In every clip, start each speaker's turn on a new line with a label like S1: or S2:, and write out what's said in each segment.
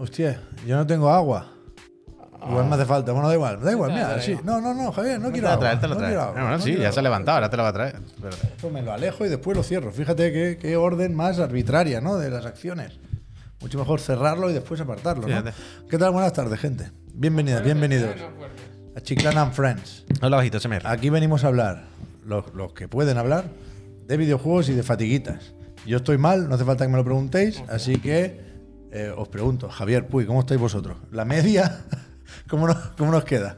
S1: Hostia, yo no tengo agua. Igual me hace falta. Bueno, da igual, da igual,
S2: te la
S1: mira, sí.
S2: traigo.
S1: No, no, no, Javier, no,
S3: Te
S1: quiero
S3: la
S1: agua.
S3: traes, te la
S1: no
S3: traes.
S1: quiero agua,
S3: No, bueno,
S1: no
S3: sí,
S1: quiero
S3: ya
S1: agua.
S3: se ha levantado, ahora te la va a traer. Es verdad.
S1: Pues me lo alejo y después lo cierro. Fíjate qué, qué orden más arbitraria, ¿no? De las acciones. Mucho mejor cerrarlo y después apartarlo, ¿no?
S3: Fíjate.
S1: ¿Qué tal? Buenas tardes, gente. Bienvenidas, bienvenidos a Chiclana and Friends.
S3: Hola, bajito, se me ríe.
S1: Aquí venimos a hablar, los, los que pueden hablar, de videojuegos y de fatiguitas. Yo estoy mal, no hace falta que me lo preguntéis, así que eh, os pregunto, Javier Puy, ¿cómo estáis vosotros? ¿La media? ¿Cómo nos, cómo nos queda?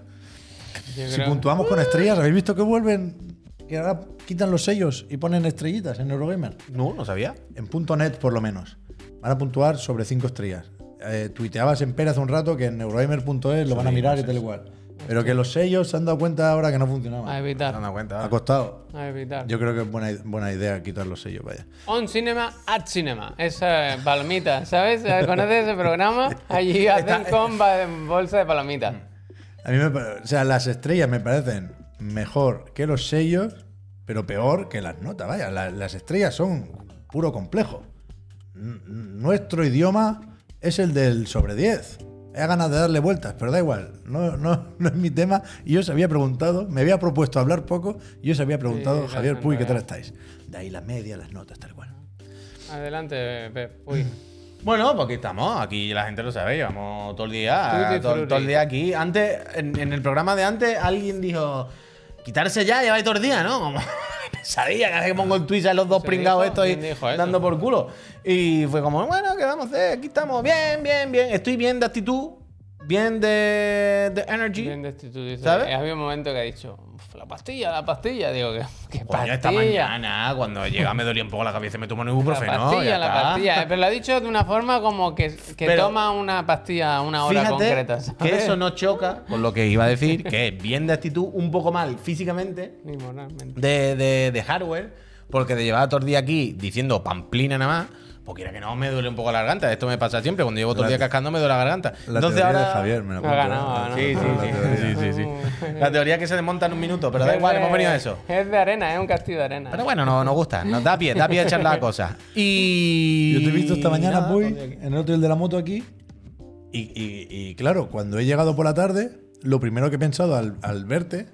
S2: Yo
S1: Si
S2: creo-
S1: puntuamos con estrellas, ¿habéis visto que vuelven? Que ahora quitan los sellos y ponen estrellitas en Eurogamer.
S3: No, no sabía.
S1: En punto .net, por lo menos. Van a puntuar sobre 5 estrellas. Eh, tuiteabas en Pérez hace un rato que en Eurogamer.es lo van a mirar y tal igual. Pero que los sellos se han dado cuenta ahora que no
S2: A
S1: funcionaban.
S3: No me he
S2: evitar.
S3: dado cuenta.
S1: Ha costado.
S2: A evitar.
S1: Yo creo que es buena, buena idea quitar los sellos, vaya.
S2: On Cinema at Cinema. Esa es palomita, ¿sabes? ¿Conoces ese programa? Allí hacen con ba- bolsa de palomitas.
S3: Mm.
S1: A mí me pa- o sea, las estrellas me parecen mejor que los sellos, pero peor que las notas. Vaya, La- las estrellas son puro complejo. N- n- Nuestro idioma es el del sobre 10. He ganas de darle vueltas, pero da igual. No, no, no es mi tema. Y yo os había preguntado, me había propuesto hablar poco, y yo os había preguntado,
S2: las
S1: Javier Puy, ¿qué tal
S2: notas.
S1: estáis? De ahí las medias, las notas, tal cual.
S2: Adelante, Pep. Uy.
S3: Bueno, pues aquí estamos, aquí la gente lo sabe, llevamos todo el
S2: Tutti
S3: día, todo,
S2: frutti.
S3: todo el día aquí. Antes, en, en el programa de antes, alguien dijo, quitarse ya, lleváis todo el día, ¿no? Como pesadilla, cada vez que pongo el Twitch a los dos
S2: ¿Se
S3: pringados
S2: dijo?
S3: estos ahí
S2: ¿Quién dijo eso?
S3: dando por culo. Y fue como, bueno, ¿qué vamos a hacer? Aquí estamos, bien, bien, bien. Estoy bien de actitud, bien de, de energy.
S2: Bien destituido.
S3: ¿Sabes?
S2: Y Había un momento que ha dicho, "Uf, la pastilla, la pastilla. Digo, ¿qué, qué
S3: Coño,
S2: pastilla?
S3: esta mañana, cuando llega, me dolía un poco la cabeza y me tomo un ibuprofeno.
S2: la pastilla,
S3: ya
S2: la
S3: está.
S2: pastilla. Eh, Pero lo ha dicho de una forma como que, que
S3: Pero-
S2: toma una pastilla a una hora
S3: Fíjate
S2: concreta. ¿sabes?
S3: que eso no choca con lo que iba a decir, que es bien de actitud, un poco mal físicamente,
S2: Ni moralmente.
S3: de, de- de hardware, porque de llevar todo el día aquí diciendo pamplina nada más, pues quiera que no, me duele un poco la garganta. Esto me pasa siempre, cuando llevo todo el día cascando me duele la garganta.
S1: La
S3: Entonces
S1: teoría
S3: ahora...
S1: de Javier, me la
S2: Ha
S1: apunto,
S2: ganado,
S1: ¿eh?
S2: ha ganado.
S3: Sí, sí,
S1: La teoría.
S3: sí, sí, sí, sí. La teoría que se desmonta en un minuto, pero da
S2: Es
S3: igual,
S2: de-
S3: hemos venido a eso.
S2: Es de arena, es un castillo de arena.
S3: Pero bueno, no, nos gusta, nos da pie, da pie a echar la cosa. Y...
S1: Yo te he visto esta mañana,
S3: nada,
S1: Puy,
S3: todo el día aquí.
S1: en el hotel de la moto aquí. Y, y- y claro, cuando he llegado por la tarde, lo primero que he pensado al, al verte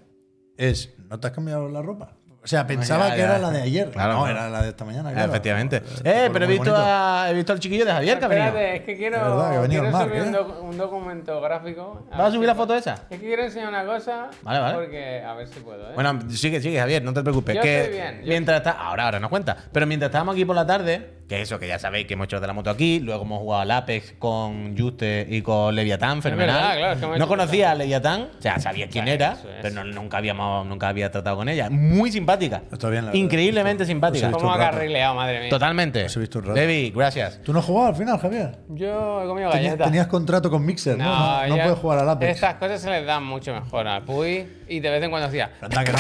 S1: es, ¿no te has cambiado la ropa? O sea, pensaba
S3: ya,
S1: que
S3: ya.
S1: era la de ayer.
S3: Claro,
S1: no,
S3: claro.
S1: era la de esta mañana.
S3: Ah,
S1: claro.
S3: Efectivamente.
S1: Te
S3: Eh,
S1: pones
S3: pero
S1: muy
S3: he visto,
S1: bonito.
S3: a- he visto al chiquillo de Javier que ha venido.
S2: Ah, Espérate, es que quiero,
S1: Es verdad, que ha venido
S2: quiero
S1: el mar,
S2: subir un,
S1: ¿eh?
S2: doc- un documento gráfico.
S3: ¿Vas a
S2: ver
S3: subir
S2: si
S3: la
S2: puedo.
S3: foto esa?
S2: Es que quiero enseñar una cosa.
S3: Vale, vale.
S2: Porque, a ver si puedo, ¿eh?
S3: Bueno, sigue, sigue, Javier, no te preocupes.
S2: Yo
S3: que
S2: estoy bien, yo
S3: mientras está, ahora, ahora nos cuenta. Pero mientras estábamos aquí por la tarde, que eso, que ya sabéis que hemos hecho de la moto aquí, luego hemos jugado al Apex con Juste y con Leviatán, fenomenal.
S2: verdad, claro, es que hemos
S3: no
S2: hecho
S3: conocía a Leviatán, o sea, sabía quién
S2: Sí,
S3: era,
S2: eso es.
S3: pero no- nunca habíamos, nunca había tratado con ella. Muy simpática.
S1: Está bien, la verdad.
S3: Increíblemente simpática.
S1: Pues
S2: ¿Cómo
S1: un
S2: ha
S1: rato.
S2: carrileado, madre mía?
S3: Totalmente.
S1: Os he visto un rato.
S3: Levi, gracias.
S1: ¿Tú no has jugado al final, Javier?
S2: Yo he comido
S1: Tenías,
S2: galletas.
S1: tenías contrato con Mixer, ¿no? No, no
S2: ya-
S1: puedes jugar al Apex.
S2: Estas cosas se les dan mucho mejor a Puy y de vez en cuando hacía.
S1: Pero Anda que, no,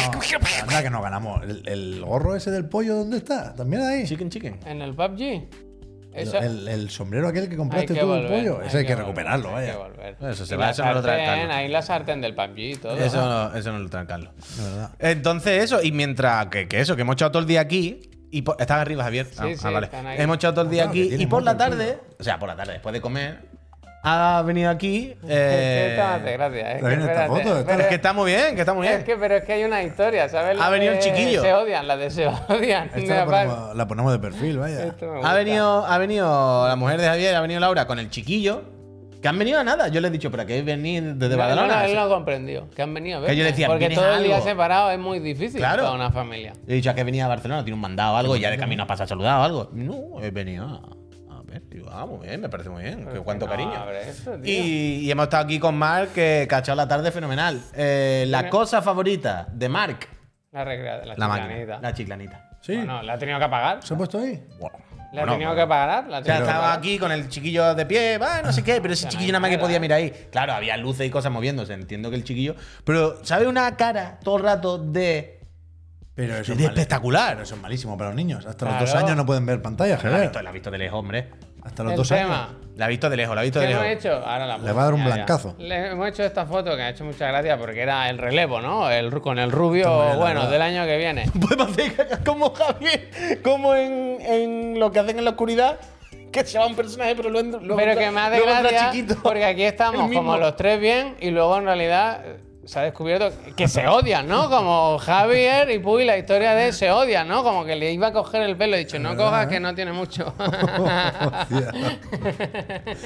S1: anda que no ganamos. El, el gorro ese del pollo, ¿dónde está? También ahí.
S3: Chicken, chicken.
S2: ¿En el PUBG? Eso.
S1: El, el sombrero aquel que
S2: hay
S1: compraste
S2: que
S1: tú del
S2: volver,
S1: pollo. Ese hay que
S2: volver,
S1: recuperarlo,
S2: hay
S1: vaya.
S2: que volver.
S3: Eso se
S2: Y
S3: va,
S2: la
S3: eso no lo trae
S2: sartén,
S3: Carlos.
S2: Ahí la sartén del PUBG y todo.
S3: Eso, no- eso no lo traen Carlos.
S1: De verdad.
S3: Entonces, eso, y mientras que, que eso, que hemos echado todo el día aquí. Y por- estás arriba, Javier. Ah,
S2: Sí, sí, están ahí.
S3: Hemos echado todo el día
S1: Claro, que
S3: aquí.
S1: tiene
S3: Y por la
S1: moto el
S3: tarde, o sea, por la tarde, después de comer, ha venido aquí. eh,
S2: Tómate, gracias. Es
S1: Está bien esta
S2: espérate,
S1: foto, está-
S2: pero-
S3: que está muy bien, que está muy bien.
S2: Es que, pero es que hay una historia, ¿sabes?
S3: Ha
S2: Las
S3: venido el
S2: de
S3: chiquillo.
S2: Se odian, las de se odian.
S1: Esta
S2: Me
S1: la
S2: apar-
S1: ponemos, la ponemos de perfil, vaya.
S2: Esto me gusta.
S3: Ha venido, ha venido la mujer de Javier, ha venido Laura con el chiquillo. Que han venido a nada. Yo le he dicho, ¿para qué venir desde
S2: No, no,
S3: Badalona?
S2: él no comprendió. Que han venido a ver.
S3: yo le decía,
S2: Porque
S3: ¿vienes
S2: todo
S3: a
S2: el día
S3: algo?
S2: separado es muy difícil
S3: Claro.
S2: para una familia.
S3: Le he dicho, ¿a qué venía a Barcelona? ¿Tiene un mandado o algo? ¿Ya de camino a pasar saludado o algo? No, he venido a, a ver. Digo, ah, muy bien, me parece muy bien. que cuánto
S2: No,
S3: cariño.
S2: abre esto, tío.
S3: Y, y hemos estado aquí con Mark, que cachó la tarde fenomenal. Eh, la
S2: Bueno.
S3: cosa favorita de Mark,
S2: La recrea, la,
S3: la máquina,
S2: chiclanita.
S3: la chiclanita.
S1: Sí.
S2: Bueno, la ha tenido que apagar.
S1: ¿Se ha puesto ahí?
S3: Wow.
S2: La ha
S3: Bueno,
S2: tenido que apagar. La ha
S3: o sea,
S2: tenido que
S3: estaba
S2: apagar.
S3: aquí con el chiquillo de pie, va, no sé qué, pero ese
S2: Ya no hay
S3: chiquillo nada más que
S2: nada,
S3: podía
S2: ¿eh?
S3: mirar ahí. Claro, había luces y cosas moviéndose, entiendo que el chiquillo. Pero, ¿sabe una cara todo el rato de.
S1: Pero eso
S3: de
S1: es mal-
S3: espectacular?
S1: Pero eso es malísimo para los niños. Hasta
S2: Claro.
S1: los dos años no pueden ver pantalla,
S3: La
S2: Eh.
S3: ha
S1: Javier.
S3: visto, la ha visto de lejos, hombre.
S1: Hasta los
S2: El
S1: dos
S2: tema.
S1: años.
S3: La ha visto de lejos, la ha visto
S2: ¿Qué
S3: de
S2: hemos
S3: lejos.
S2: hecho? Ahora la
S1: Le va a dar un
S2: pongo, ya,
S1: blancazo.
S2: ya. Le hemos hecho esta foto que ha hecho muchas gracias porque era el relevo, ¿no? El, con el rubio,
S1: Está muy bien, la
S2: bueno,
S1: verdad.
S2: del año que viene.
S3: Pues Podemos hacer como Javier, como en, en lo que hacen en la oscuridad, que se llama un personaje, pero lo, lo
S2: Pero que me hace gracia porque aquí
S3: El
S2: estamos
S3: mismo.
S2: como los tres bien y luego en realidad eh, se ha descubierto que se odian, ¿no? Como Javier y Puy, la historia de se odian, ¿no? Como que le iba a coger el pelo y he dicho, no cojas que no tiene mucho.
S1: Hostia.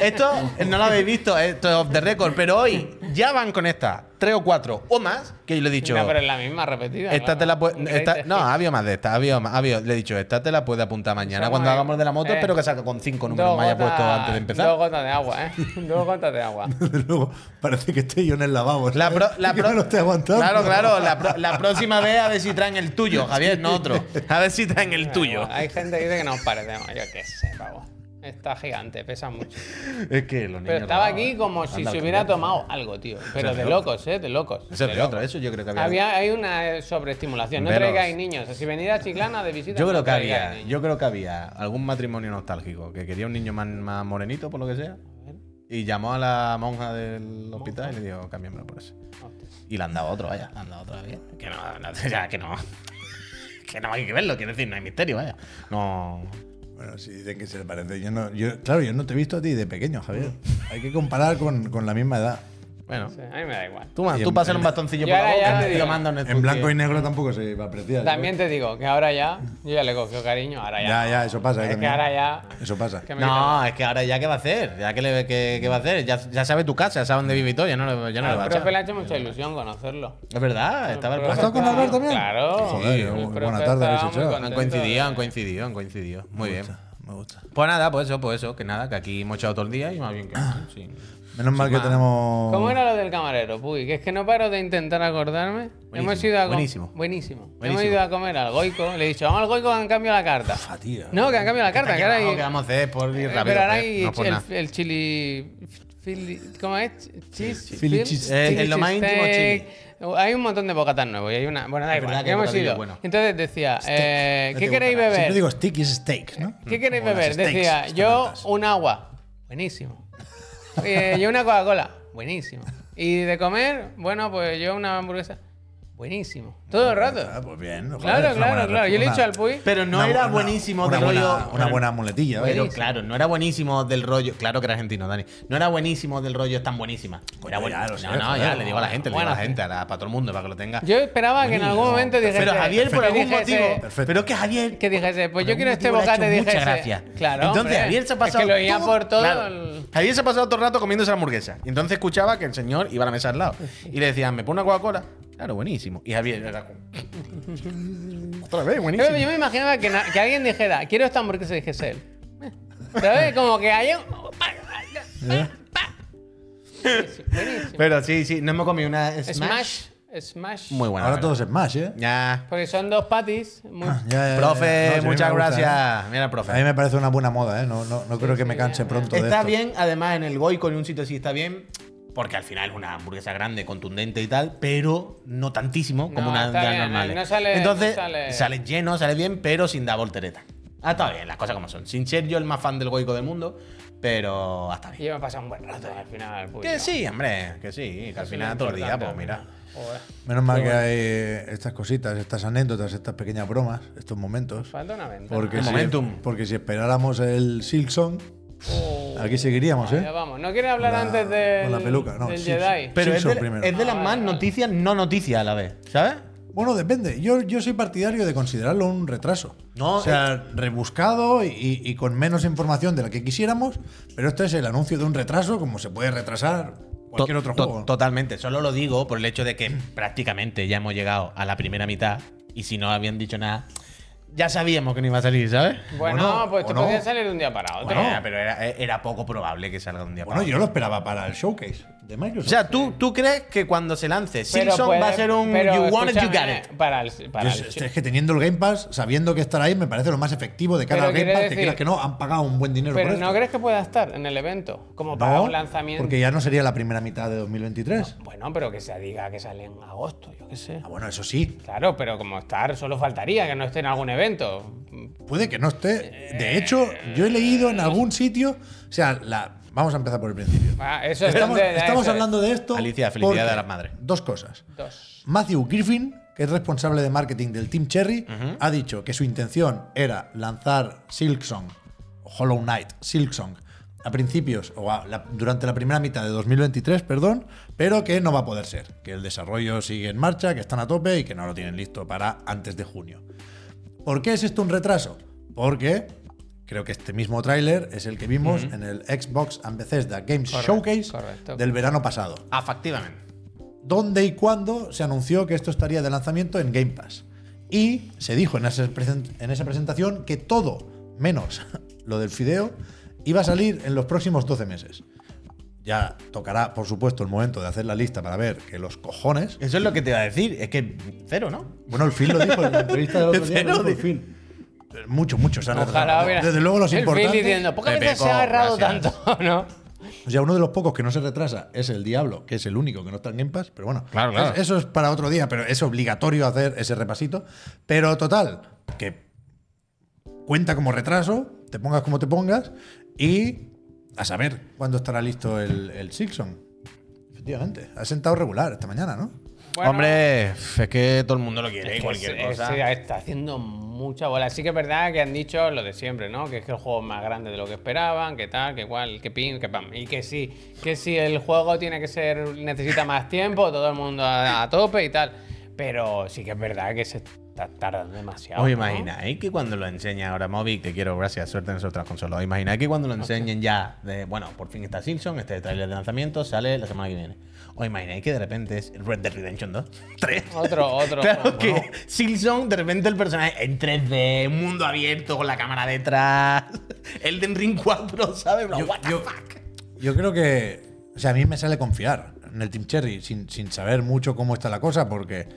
S3: Esto eh, no lo habéis visto, esto es off the record, pero hoy ya van con esta, tres o cuatro o más, que yo le he dicho.
S2: No, pero es la misma repetida.
S3: Esta
S2: claro.
S3: te la puede. esta-
S2: Great
S3: no,
S2: Escape.
S3: ha habido más de esta. Ha habido, más- ha habido- le he dicho, esta te la puede apuntar mañana
S2: Somos
S3: cuando
S2: ahí.
S3: hagamos de la moto.
S2: Eh,
S3: Espero que salga con cinco números
S2: Dos
S3: me haya
S2: gotas-
S3: puesto antes de
S2: Dos
S3: empezar.
S2: gotas de agua, ¿eh? Dos gotas de agua.
S1: Desde luego, parece que estoy yo en el lavabo.
S3: La
S1: ¿sabes?
S3: pro- la
S1: Que
S3: pro-
S1: me lo estoy aguantando.
S3: Claro, claro. La, pro- la próxima vez a ver si traen el tuyo, Javier, no otro. A ver si traen el tuyo.
S2: Hay gente que dice que nos parecemos. Yo qué sé, pavo. Está gigante, pesa mucho.
S3: Es que los niños.
S2: Pero estaba
S3: raros,
S2: aquí como si
S3: anda
S2: se
S3: al
S2: hubiera
S3: campeón.
S2: tomado algo, tío. Pero
S3: es
S2: de
S3: de
S2: locos, ¿eh? De locos.
S3: Eso es de otro, eso yo creo que había.
S2: Había, hay una eh, sobreestimulación. No
S3: Velos.
S2: traigáis niños. Si venís a Chiclana de visita,
S3: Yo
S2: no
S3: creo que
S2: traigáis
S3: había,
S2: niños.
S3: yo creo que había algún matrimonio nostálgico que quería un niño más, más morenito, por lo que sea. Y llamó a la monja del hospital y le dijo, cámbiamelo por ese. Y le han dado otro, vaya. Le han dado otro bien. Que no, no, ya, que no. Que no hay que verlo, quiero decir, no hay misterio, vaya. No.
S1: Bueno, si dicen que se le parece. Yo no, yo, claro, yo no te he visto a ti de pequeño, Javier. Hay que comparar con, con la misma edad.
S3: Bueno.
S2: Sí, a mí me da igual.
S3: Tú, man,
S1: Y
S3: tú
S1: en-
S3: pásale un bastoncillo
S2: Yo
S3: por la
S2: ahora ya
S3: boca
S2: te
S3: y
S2: digo,
S3: lo manda en el
S1: En blanco y negro tampoco se va a apreciar.
S2: También te digo que ahora ya, yo ya le cogió cariño. Ahora ya.
S1: Ya,
S2: no.
S1: ya, eso pasa. eh,
S2: Es que
S1: también.
S2: ahora ya.
S1: Eso pasa.
S2: que me quita-
S3: No, es que ahora ya qué va a hacer, ya que le, qué, qué va a hacer, ya, ya sabe tu casa, ya sabe dónde vive y todo, ya no, le- ya no le va a
S2: Al profe le ha
S3: echar.
S2: hecho mucha ilusión conocerlo.
S3: Es verdad, estaba el
S2: Ah, Pero
S1: ¿Has
S3: profe.
S1: estado con Albert
S2: claro,
S1: también?
S2: Claro.
S1: Joder,
S2: El
S1: buena
S2: profe
S1: tarde habéis echado.
S2: estaba muy
S1: Han
S3: Han
S2: contento
S3: coincidido,
S2: de-
S3: han coincidido, han coincidido. Muy bien.
S1: Me gusta.
S3: Pues nada, pues eso, pues eso, que nada, que aquí hemos echado todo el día y más bien que. sí.
S1: Menos mal que
S3: más.
S1: tenemos.
S2: ¿Cómo era lo del camarero? Puy, que es que no paro de intentar acordarme. Hemos ido a com-
S3: buenísimo.
S2: buenísimo. Hemos
S3: Buenísimo.
S2: ido a comer al Goico. Le he dicho, vamos al Goico que han cambiado la carta.
S1: Fa, tío.
S2: No, que han cambiado la carta.
S3: Aquí
S2: Que ahora
S3: abajo,
S2: hay-
S3: ¿Qué vamos a hacer? Por ir
S2: eh,
S3: rápido.
S2: pero ahora
S3: eh,
S2: hay
S3: no por nada.
S2: el, el chili. fili- ¿Cómo es? Cheese.
S1: Philly
S2: Phil-
S1: cheese-
S3: Eh,
S2: chili
S3: en lo más
S2: cheese
S3: íntimo,
S2: steak. Hay un montón de bocatas nuevos. Y hay una. Bueno, da
S3: Es
S2: igual.
S3: verdad que
S2: Que
S3: hay
S2: hemos
S3: bocadillo
S2: ido.
S3: bueno.
S2: Entonces decía, eh,
S3: No te
S2: ¿qué queréis
S3: gustará.
S2: beber?
S1: Siempre digo steak is steak, ¿no?
S2: ¿Qué queréis
S1: Como
S2: beber?
S1: las steaks,
S2: Decía,
S1: están
S2: yo
S1: altas.
S2: un agua. Buenísimo. Eh, yo una Coca-Cola. Buenísimo. Y de comer, bueno, pues yo una hamburguesa. Buenísimo. Todo el
S1: Ah,
S2: rato.
S1: pues bien. joder, es
S2: Claro,
S1: una buena
S2: claro, claro. Yo le he dicho
S1: respuesta.
S2: al Puy.
S3: Pero no
S1: Una
S3: era
S1: buena-
S3: buenísimo
S1: una
S3: del
S1: buena-
S3: rollo.
S1: Una
S3: pero-
S1: buena muletilla, ¿eh?
S3: Pero
S2: Buenísimo.
S3: claro, no era buenísimo del rollo. Claro que era argentino, Dani. No era buenísimo del rollo, es tan buenísima.
S1: Coño,
S3: Era bueno.
S1: ya lo sé,
S3: no, no,
S1: joder.
S3: ya le digo a la gente, le digo a la
S2: Buena
S3: gente, a la- para todo el mundo, para que lo tenga.
S2: Yo esperaba que en algún momento dijese.
S3: pero Javier, por
S2: que
S3: algún
S2: dijese-
S3: motivo.
S1: Perfecto.
S3: Pero es que Javier.
S2: Que dijese, pues
S3: por
S2: yo
S3: algún
S2: quiero este
S3: motivo le ha
S2: bocate,
S3: hecho
S2: dijese.
S3: mucha gracia.
S2: Claro.
S3: Entonces
S2: hombre.
S3: Javier se ha pasado.
S2: Es que lo iba
S3: todo-
S2: por todo.
S3: claro.
S2: el-
S3: Javier se ha pasado todo el rato comiéndose la hamburguesa. Y entonces escuchaba que el señor iba a la mesa al lado. Y le decían, ¿me pone una Coca-Cola? Claro, buenísimo. Y Javier era como. Otra vez,
S2: Yo,
S3: buenísimo.
S2: yo me imaginaba que, na- que alguien dijera, quiero esta hamburguesa, dijese él. ¿Sabes? Como que hay un...
S1: ¿Eh?
S2: Buenísimo.
S3: Pero sí, sí, no hemos comido una Smash.
S2: Smash. Smash.
S3: Muy buena.
S1: Ahora
S3: la
S1: todo es smash, ¿eh?
S3: verdad. Ya.
S2: Porque son dos patis. Muy...
S1: Ah, Ya, ya,
S3: Eh,
S1: ya. No, si
S3: Profe,
S1: a mí me
S3: muchas
S1: gusta,
S3: gracias. Mira,
S1: ¿eh? A mí
S3: profe.
S1: me parece una buena moda, ¿eh? No, no, no creo que me
S2: sí,
S1: canse
S2: ya,
S1: pronto de
S3: Está
S1: esto.
S3: bien, además, en el Goico, en un sitio así, está bien. Porque al final es una hamburguesa grande, contundente y tal, pero no tantísimo como
S2: No,
S3: una
S2: está
S3: de las
S2: bien, ¿eh?
S3: normales.
S2: no sale-
S3: Entonces,
S2: no sale-
S3: lleno, sale bien, pero sin dar voltereta. Ah, está bien, las cosas como son. Sin ser yo el más fan del Goico del mundo, pero hasta
S2: Y
S3: bien.
S2: yo me he pasado un buen rato al final. pues,
S3: Que
S2: no.
S3: sí, hombre, que sí, que al
S2: Eso es lo
S3: final todo el día,
S2: importante,
S3: pues
S2: al
S3: mira.
S2: final. Joder.
S1: Menos mal que hay eh, estas cositas, estas anécdotas, estas pequeñas bromas, estos momentos.
S2: Falta una ventana.
S1: Porque
S3: El
S1: si,
S3: momentum.
S1: porque si esperáramos el Silksong,
S2: Oh.
S1: aquí seguiríamos,
S2: Ya
S1: ¿eh?
S2: vamos. ¿No quieres hablar
S1: Con la-
S2: antes del,
S1: con la peluca, no,
S2: del
S1: sí,
S2: Jedi?
S1: sí.
S3: Pero es
S1: Simpson
S3: de,
S1: primero.
S3: es de las
S2: Ah,
S3: más
S2: vale, vale.
S3: noticias, no noticias a la vez, ¿sabes?
S1: Bueno, depende. Yo, yo soy partidario de considerarlo un retraso.
S3: No,
S1: o sea, rebuscado y, y con menos información de la que quisiéramos, pero esto es el anuncio de un retraso, como se puede retrasar cualquier
S3: To-
S1: otro
S3: to-
S1: juego.
S3: Totalmente. Solo lo digo por el hecho de que prácticamente ya hemos llegado a la primera mitad y si no habían dicho nada, ya sabíamos que no iba a salir, ¿sabes?
S2: Bueno,
S1: no,
S2: pues
S1: o
S2: tú
S1: no.
S2: podías salir de un día para otro.
S3: Bueno, era- pero era, era poco probable que salga de un día para
S1: Bueno,
S3: otro.
S1: yo lo esperaba para el showcase de Microsoft.
S3: O sea, ¿tú, ¿tú crees que cuando se lance
S2: Pero
S3: Simpson
S2: puede-
S3: va a ser un
S2: pero
S3: You want it, you got
S2: escúchame,
S3: it?
S2: Para el, para
S1: Yo
S2: el-
S1: sé- es, que teniendo el Game Pass, sabiendo que estará ahí, me parece lo más efectivo de cada
S2: Pero
S1: Game
S2: quiere
S1: Pass, que
S2: decir-
S1: quieras que no, han pagado un buen dinero
S2: Pero
S1: por
S2: no
S1: esto.
S2: crees que pueda estar en el evento, como para
S1: No,
S2: un lanzamiento.
S1: Porque ya no sería la primera mitad de 2023.
S2: Bueno, pero que se diga que sale en agosto, yo qué sé.
S1: Ah, bueno, eso sí.
S2: Claro, pero como estar, solo faltaría que no esté en algún evento.
S1: Puede que no esté. De hecho, yo he leído en algún sitio. O sea, la, vamos a empezar por el principio.
S2: Ah, eso es
S1: Estamos,
S2: donde-
S1: estamos
S2: eso es.
S1: hablando de esto.
S3: Alicia, felicidad
S1: porque-
S3: a las madres.
S1: Dos cosas.
S2: Dos.
S1: Matthew Griffin, que es responsable de marketing del Team Cherry, ha dicho que su intención era lanzar Silksong, Hollow Knight, Silksong, a principios o a la- durante la primera mitad de 2023, perdón, pero que no va a poder ser, que el desarrollo sigue en marcha, que están a tope y que no lo tienen listo para antes de junio. ¿Por qué es esto un retraso? Porque creo que este mismo tráiler es el que vimos en el Xbox and Bethesda Games
S2: Correcto,
S1: Showcase
S2: correcto.
S1: del verano pasado
S3: Ah, Afectivamente.
S1: dónde y cuándo se anunció que esto estaría de lanzamiento en Game Pass. Y se dijo en esa, presen- en esa presentación que todo, menos lo del fideo, iba a salir en los próximos 12 meses. Ya tocará, por supuesto, el momento de hacer la lista para ver que los cojones.
S3: Eso es lo que te iba a decir. Es que cero, ¿no?
S1: Bueno, el fin lo dijo en la entrevista del otro día.
S3: Cero,
S1: lo dijo el
S3: tío.
S1: Phil. Mucho, mucho se han
S2: Ojalá
S1: retrasado.
S2: hubiera-
S1: Desde luego los
S2: el Phil
S1: importantes.
S2: diciendo, pocas
S3: Pepe
S2: veces se ha
S3: Cor,
S2: errado
S3: gracias".
S2: tanto, ¿no?
S1: O sea, uno de los pocos que no se retrasa es el Diablo, que es el único que no está en Game Pass, pero bueno,
S3: Claro, claro.
S1: es- eso es para otro día, pero es obligatorio hacer ese repasito. Pero total, que cuenta como retraso, te pongas como te pongas, y a saber cuándo estará listo el, el Silksong. Efectivamente, ha sentado regular esta mañana, ¿no?
S2: Bueno,
S3: Hombre, es que todo el mundo lo quiere,
S2: es que
S3: cualquier
S2: se-
S3: cosa.
S2: se está haciendo mucha bola. Sí que es verdad que han dicho lo de siempre, ¿no? Que es que el juego es más grande de lo que esperaban, que tal, que cual, que pin, que pam. Y que sí, que si el juego tiene que ser, necesita más tiempo, todo el mundo a, a tope y tal. Pero sí que es verdad que se está tardando demasiado.
S3: ¿Os
S2: ¿no?
S3: imagináis ¿eh? que cuando lo enseñen ahora Movic, te quiero, gracias, suerte en sus otras consolas. ¿Os imagináis que cuando lo enseñen ya, de, bueno, por fin está Simpson, este trailer de lanzamiento sale la semana que viene? ¿Os imagináis que de repente es Red Dead Redemption 2? 3.
S2: Otro, otro.
S3: Claro
S2: juego,
S3: que
S2: ¿no?
S3: Silson, de repente el personaje en 3D, un mundo abierto, con la cámara detrás, Elden Ring 4, ¿sabes? Bro, what the fuck?
S1: Yo creo que. O sea, a mí me sale confiar en el Team Cherry sin, sin saber mucho cómo está la cosa, porque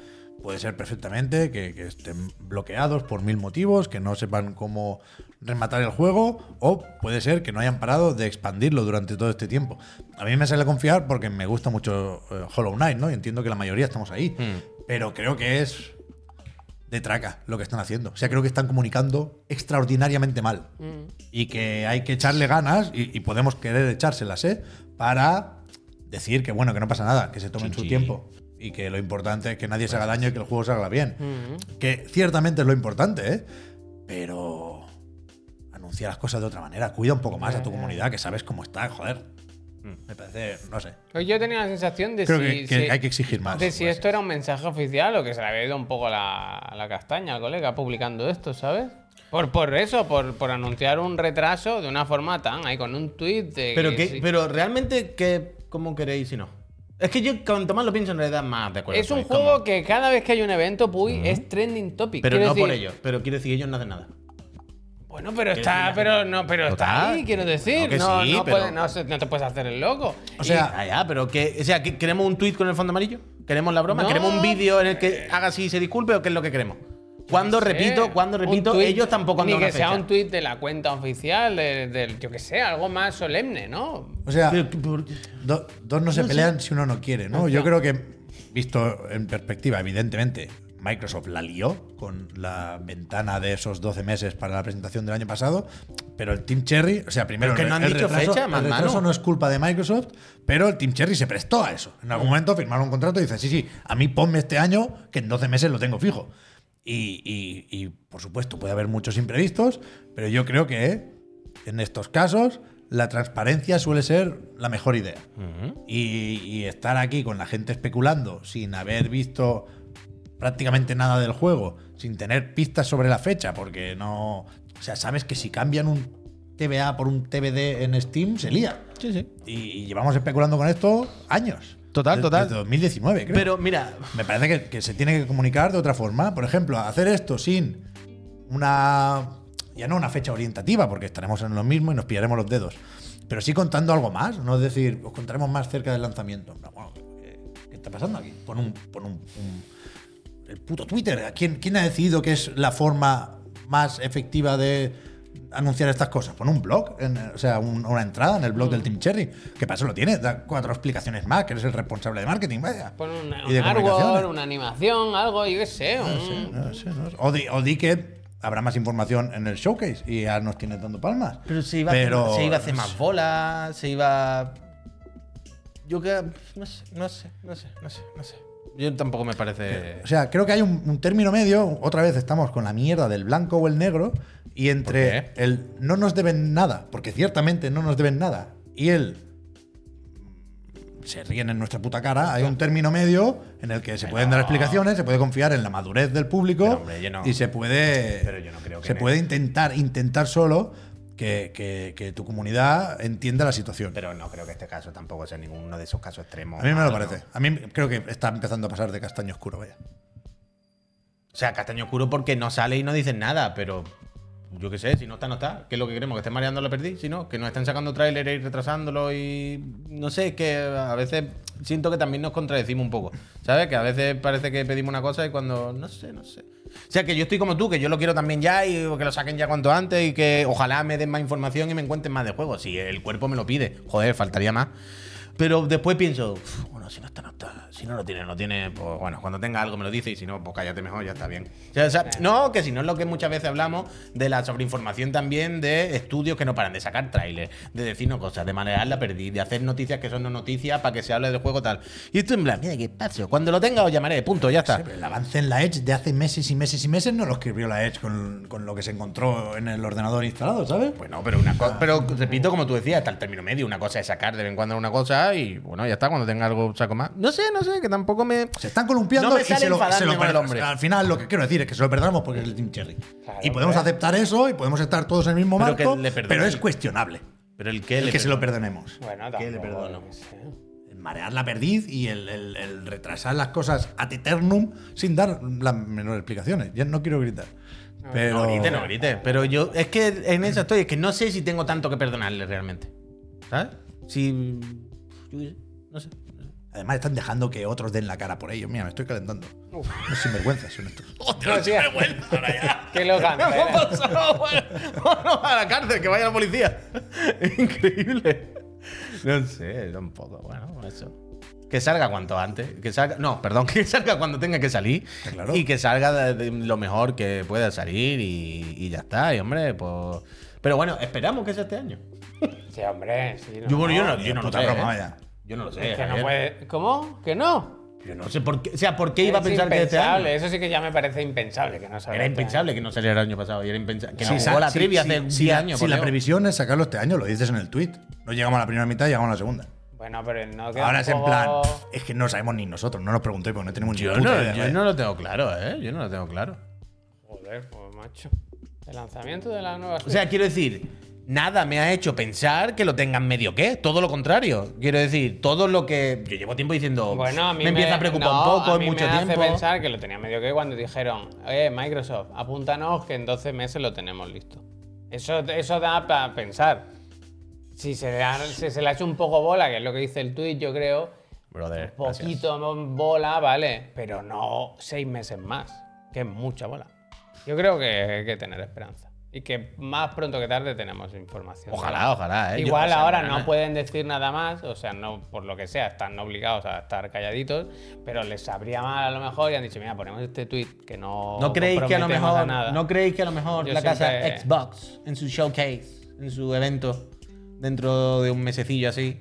S1: puede ser perfectamente que, que estén bloqueados por mil motivos, que no sepan cómo rematar el juego, o puede ser que no hayan parado de expandirlo durante todo este tiempo. A mí me sale confiar porque me gusta mucho eh, Hollow Knight, ¿no? Y entiendo que la mayoría estamos ahí, pero creo que es de traca lo que están haciendo. O sea, creo que están comunicando extraordinariamente mal. Y que hay que echarle ganas, y, y podemos querer echárselas, ¿eh? Para decir que bueno, que no pasa nada, que se tomen su
S3: Chinchi.
S1: tiempo. Y que lo importante es que nadie se haga daño y que el juego se haga bien. Que ciertamente es lo importante, ¿eh? Pero anuncia las cosas de otra manera. Cuida un poco más a tu comunidad, que sabes cómo está, joder. Me parece, no sé.
S2: Pues yo tenía la sensación de
S1: Creo
S2: si,
S1: que- que
S2: si-
S1: hay que exigir más.
S2: De si
S1: Pues.
S2: esto era un mensaje oficial o que se le había ido un poco la, la castaña al colega publicando esto, ¿sabes? Por, por eso, por, por anunciar un retraso de una forma tan ahí con un tuit de.
S3: Pero,
S2: que
S3: que,
S2: sí.
S3: pero realmente, ¿qué, ¿cómo queréis si no? Es que yo cuanto más lo pienso, en realidad más de acuerdo.
S2: es un
S3: estoy, como-
S2: juego que cada vez que hay un evento, Puy, es trending topic.
S3: Pero
S2: Quiero
S3: no por
S2: decir-
S3: ello. Pero quiero decir, ellos no hacen nada.
S2: Bueno, pero
S3: Quiero
S2: está,
S3: decir, la
S2: pero
S3: gente-
S2: no, pero está
S3: Total,
S2: ahí, quiero decir.
S3: que
S2: no,
S3: sí,
S2: no,
S3: pero-
S2: puede- no se- no te puedes hacer el loco.
S1: O sea,
S3: Ah, ya, pero que, o sea, ¿que- ¿queremos un tweet con el fondo amarillo? ¿Queremos la broma?
S2: No.
S3: ¿Queremos un vídeo en el que haga así y se disculpe o qué es lo que queremos? Cuando repito, cuando
S2: cuando
S3: repito, ellos tampoco han
S2: Ni
S3: dado
S2: que
S3: una
S2: sea
S3: fecha.
S2: un tuit de la cuenta oficial, de- del, yo que sé, algo más solemne, ¿no?
S1: o sea.
S3: Pero, pero-
S1: Do- dos no se pelean si uno no quiere, ¿no? Yo creo que, visto en perspectiva, evidentemente, Microsoft la lió con la ventana de esos 12 meses para la presentación del año pasado, pero el Team Cherry, o sea, primero
S3: Pero que
S1: el-
S3: no han
S1: el
S3: dicho
S1: retraso-
S3: fecha,
S1: el
S3: más
S1: retraso
S3: mano.
S1: no es culpa de Microsoft, pero el Team Cherry se prestó a eso. En algún momento firmaron un contrato y dicen, sí, sí, a mí ponme este año que en 12 meses lo tengo fijo. Y, y- y, por supuesto puede haber muchos imprevistos, pero yo creo que en estos casos la transparencia suele ser la mejor idea. y, y estar aquí con la gente especulando sin haber visto prácticamente nada del juego, sin tener pistas sobre la fecha, porque no... O sea, sabes que si cambian un TBA por un TBD en Steam, se lía.
S3: Sí, sí.
S1: Y, y llevamos especulando con esto años.
S3: Total,
S1: De-
S3: total.
S1: Desde 2019, creo.
S3: Pero mira,
S1: Me parece que, que se tiene que comunicar de otra forma. Por ejemplo, hacer esto sin una. Ya no una fecha orientativa, porque estaremos en lo mismo y nos pillaremos los dedos. Pero sí contando algo más, no es decir, os contaremos más cerca del lanzamiento. No, bueno, ¿qué, qué está pasando aquí? Pon un. Pon un, un- el puto Twitter. ¿Quién, ¿Quién ha decidido que es la forma más efectiva de anunciar estas cosas? Pon un blog, en- o sea, un- una entrada en el
S2: Mm.
S1: blog del Team Cherry. ¿Qué pasa? Lo tiene, da cuatro explicaciones más, que eres el responsable de marketing, vaya.
S2: Pon un,
S1: Y
S2: un
S1: de comunicaciones.
S2: árbol, una animación, algo, yo qué
S3: Ah,
S2: sé. un-
S1: No sé, no sé. O, di, o di que habrá más información en el showcase y ya nos tienes dando palmas.
S3: pero se iba, a,
S1: Pero-
S3: hacer, se iba a hacer más bolas, se iba. Yo que. No sé, no sé, no sé, no sé, no sé. Yo tampoco me parece.
S1: O sea, creo que hay un, un término medio. Otra vez estamos con la mierda del blanco o el negro. Y entre
S3: ¿Por
S1: el no nos deben nada, porque ciertamente no nos deben nada, y el se ríen en nuestra puta cara, hay un término medio en el que se pueden dar explicaciones, se puede confiar en la madurez del público
S3: Pero, hombre, yo no-
S1: y se puede,
S3: Pero yo no creo que
S1: se
S3: en
S1: puede intentar, intentar solo que, que- que tu comunidad entienda la situación.
S3: Pero no creo que este caso tampoco sea ninguno de esos casos extremos.
S1: a mí me
S3: Ah,
S1: lo
S3: no.
S1: parece. A mí creo que está empezando a pasar de castaño oscuro, vaya.
S3: O sea, castaño oscuro porque no sale y no dicen nada, pero yo qué sé, si no está, no está. ¿Qué es lo que queremos? ¿Que estén mareando la perdí? Si no, que nos estén sacando tráiler y retrasándolo y. No sé, es que a veces siento que también nos contradecimos un poco. ¿Sabes? Que a veces parece que pedimos una cosa y cuando. No sé, no sé. O sea, que yo estoy como tú, que yo lo quiero también ya y que lo saquen ya cuanto antes y que ojalá me den más información y me encuentren más de juego. Si el cuerpo me lo pide. Joder, faltaría más. Pero después pienso, "Uf, bueno, si no está, no está. Si no lo tiene, no tiene. Pues bueno, cuando tenga algo me lo dice y si no, pues cállate mejor, ya está bien. O sea, o sea, no, que si no es lo que muchas veces hablamos de la sobreinformación también de estudios que no paran de sacar trailers, de decirnos cosas, de manejar la perdí, de hacer noticias que son no noticias para que se hable del juego tal. Y esto en plan, mira qué espacio. Cuando lo tenga os llamaré, punto, ya está.
S1: Sí, pero el avance en la Edge de hace meses y meses y meses no lo escribió la Edge con, con lo que se encontró en el ordenador instalado, ¿sabes?
S3: Bueno, pero una cosa. Pero repito, como tú decías, está el término medio. Una cosa es sacar de vez en cuando una cosa y bueno, ya está. Cuando tenga algo, saco más. No sé, no sé, que tampoco me.
S1: Se están columpiando
S3: No me
S1: y
S3: sale
S1: se lo,
S3: enfadarme
S1: se lo
S3: con el
S1: perdonamos.
S3: hombre.
S1: Al final, lo que quiero decir es que se lo perdonamos porque es el Team Cherry.
S2: Claro,
S1: y podemos
S2: hombre.
S1: aceptar eso y podemos estar todos en el mismo
S3: Pero
S1: marco,
S3: que le perdone.
S1: pero es cuestionable
S3: Pero el que
S1: el
S3: le
S1: que se
S3: perdono.
S1: lo perdonemos.
S2: Bueno,
S3: ¿Qué le
S2: tampoco,
S3: perdono?
S2: yo qué sé.
S1: El marear la perdiz y el, el- el retrasar las cosas ad eternum sin dar las menores explicaciones. Ya no quiero gritar. Pero.
S3: No grite, no grite. Pero yo, es que en eso estoy, es que no sé si tengo tanto que perdonarle realmente. ¿Sabes? Si. Yo qué sé, no sé.
S1: Además, están dejando que otros den la cara por ellos. Mira, me estoy calentando.
S2: Uf.
S1: No sinvergüenzas son estos.
S2: No, sí, Que lo
S3: Hemos
S2: cancelen.
S3: pasado bueno, a la cárcel, que vaya la policía. Increíble. No sé, tampoco. Bueno, eso. Que salga cuanto antes. Que salga, no, perdón, que salga cuando tenga que salir.
S1: Claro.
S3: Y que salga de- de lo mejor que pueda salir y, y ya está. Y hombre, pues. Pero bueno, esperamos que sea este año.
S2: Sí, hombre. sí,
S3: Yo, bueno, yo no, yo no lo
S1: puta
S3: sé.
S1: broma,
S3: ¿eh?
S1: vaya.
S3: Yo no lo sé.
S2: Es que no
S3: Javier.
S2: puede. ¿Cómo? ¿Que no?
S3: Yo no sé por qué. O sea, ¿por qué iba a
S2: Es
S3: pensar que este
S2: impensable,
S3: año?
S2: Eso sí que ya me parece impensable que no salga
S3: Era
S2: este
S3: impensable que no saliera el año pasado. Y era impensable. Que
S1: Si
S3: no
S1: sa-
S3: jugó la
S1: si-
S3: trivia
S1: si-
S3: hace
S1: si
S3: 10
S1: la-
S3: años.
S1: Si
S3: por
S1: la
S3: Dios.
S1: previsión es sacarlo este año, lo dices en el tweet. No llegamos a la primera mitad, llegamos a la segunda.
S2: año. Bueno, pero no queda
S1: Ahora es en
S2: tampoco-
S1: plan, es que no sabemos ni nosotros, no nos preguntéis porque no tenemos ni
S3: Yo
S1: puta
S3: no,
S1: idea,
S3: yo
S1: vaya.
S3: no lo tengo claro, ¿eh? Yo no lo tengo claro.
S2: Joder, pues macho. El lanzamiento de la nueva
S3: O sea, quiero decir, nada me ha hecho pensar que lo tengan medio qué. Todo lo contrario. Quiero decir, todo lo que. Yo llevo tiempo diciendo.
S2: Bueno, a mí
S3: me empieza a preocupar
S2: no,
S3: un poco,
S2: a
S3: es
S2: mí
S3: mucho
S2: me
S3: tiempo.
S2: hace pensar que lo tenía medio que cuando dijeron, eh, Microsoft, apúntanos que en 12 meses lo tenemos listo. Eso, eso da para pensar. Si se, le ha- si se le ha hecho un poco bola, que es lo que dice el tweet, yo creo,
S3: Brother, gracias.
S2: poquito bola, vale, pero no seis meses más, que es mucha bola. Yo creo que hay que tener esperanza. Y que más pronto que tarde tenemos información.
S3: Ojalá, ojalá, ¿eh? Yo-
S2: Igual
S3: o sea,
S2: ahora
S3: mañana-
S2: no pueden decir nada más, o sea, no por lo que sea, están obligados a estar calladitos, pero les sabría mal a lo mejor y han dicho, mira, ponemos este tweet que no.
S3: ¿No creéis que a lo
S2: comprometemos
S3: mejor,
S2: nada.
S3: ¿no creéis que a lo mejor
S2: Yo
S3: la casa
S2: siempre-
S3: Xbox en su showcase, en su evento, dentro de un mesecillo así,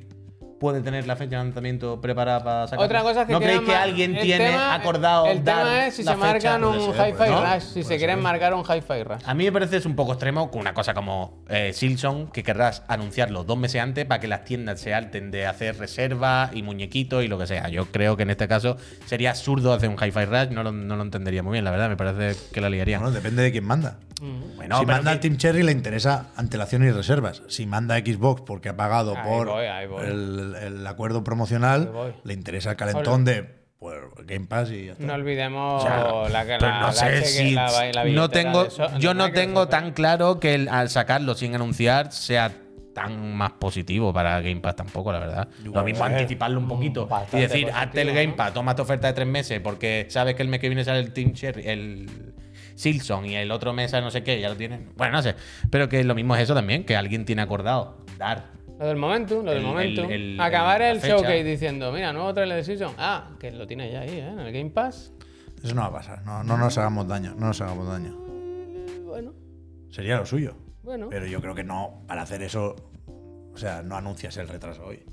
S3: puede tener la fecha de lanzamiento preparada para sacar?
S2: Otra cosa es que
S3: ¿No
S2: quedan
S3: creéis que
S2: mar-
S3: alguien
S2: el
S3: tiene
S2: tema-
S3: acordado
S2: El
S3: dar
S2: tema es si
S3: la
S2: se marcan
S3: fecha?
S2: un
S1: Puede ser,
S2: hi-fi
S1: puede ser.
S2: rush, si se quieren marcar un hi-fi rush.
S3: A mí me parece es un poco extremo con una cosa como eh, Silson, que querrás anunciarlo dos meses antes para que las tiendas se alten de hacer reservas y muñequitos y lo que sea. Yo creo que en este caso sería absurdo hacer un Hi-Fi Rush, no lo, no lo entendería muy bien, la verdad, me parece que la liaría.
S1: Bueno, depende de quién manda.
S2: Mm.
S3: Bueno,
S1: si
S3: pero
S1: manda
S3: que-
S1: el Team Cherry le interesa antelación y reservas. Si manda Xbox porque ha pagado
S2: Ahí
S1: por
S2: voy, ahí voy.
S1: El, el acuerdo
S2: Ahí
S1: promocional,
S2: voy.
S1: le interesa el calentón de pues, Game Pass y ya está.
S2: No olvidemos la que
S3: Pero Pues no sé si no tengo, yo no tengo tan claro que el- al sacarlo sin anunciar sea tan más positivo para Game Pass tampoco, la verdad. Lo mismo
S2: eh,
S3: anticiparlo un poquito y
S2: bastante
S3: decir,
S2: positivo,
S3: hazte el
S2: ¿no?
S3: Game Pass, toma tu oferta de tres meses porque sabes que el mes que viene sale el Team Cherry, el Silson y el otro mes sale no sé qué, ya lo tienen. Bueno, no sé, pero que lo mismo es eso también, que alguien tiene acordado dar.
S2: Lo del momento, lo del
S3: El-
S2: momento.
S3: el- el-
S2: Acabar
S3: el- la
S2: el
S3: fecha.
S2: showcase diciendo, mira, nuevo trailer de Season. Ah, que lo tiene ya ahí, ¿eh? En el Game Pass.
S1: Eso no va a pasar. No, no nos hagamos daño. No nos hagamos daño.
S2: Eh, Bueno,
S1: Sería lo suyo.
S2: bueno.
S1: Pero yo creo que no, para hacer eso, o sea, no anuncias el retraso hoy.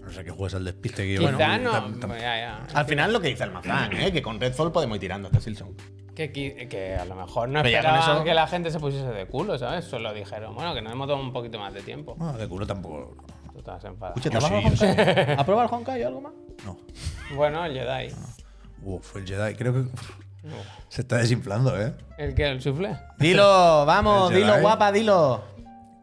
S1: No sé que juegas al despiste que yo.
S2: Quizá
S1: bueno,
S2: no.
S1: tam- tam-
S2: ya, ya.
S3: Al final lo que dice el mazán, ¿eh? que con Redfall podemos ir tirando hasta Silson.
S2: Que, qui- que a lo mejor no
S3: Pero ya con
S2: esperaban
S3: eso-
S2: que la gente se pusiese de culo, ¿sabes? Solo dijeron, bueno, que nos hemos tomado un poquito más de tiempo.
S1: Bueno, de culo tampoco.
S2: Tú estás enfadado.
S3: Escucha, ¿te
S1: Yo
S3: has
S1: sí,
S3: bajado
S1: yo
S3: el Honkai? ¿Has probado el Honkai o algo más?
S1: No.
S2: Bueno, el Jedi.
S1: Uh, fue el Jedi. Creo que se está desinflando, ¿eh?
S2: ¿El que ¿El sufle?
S3: Dilo, vamos,
S1: El Jedi.
S3: dilo, guapa, dilo.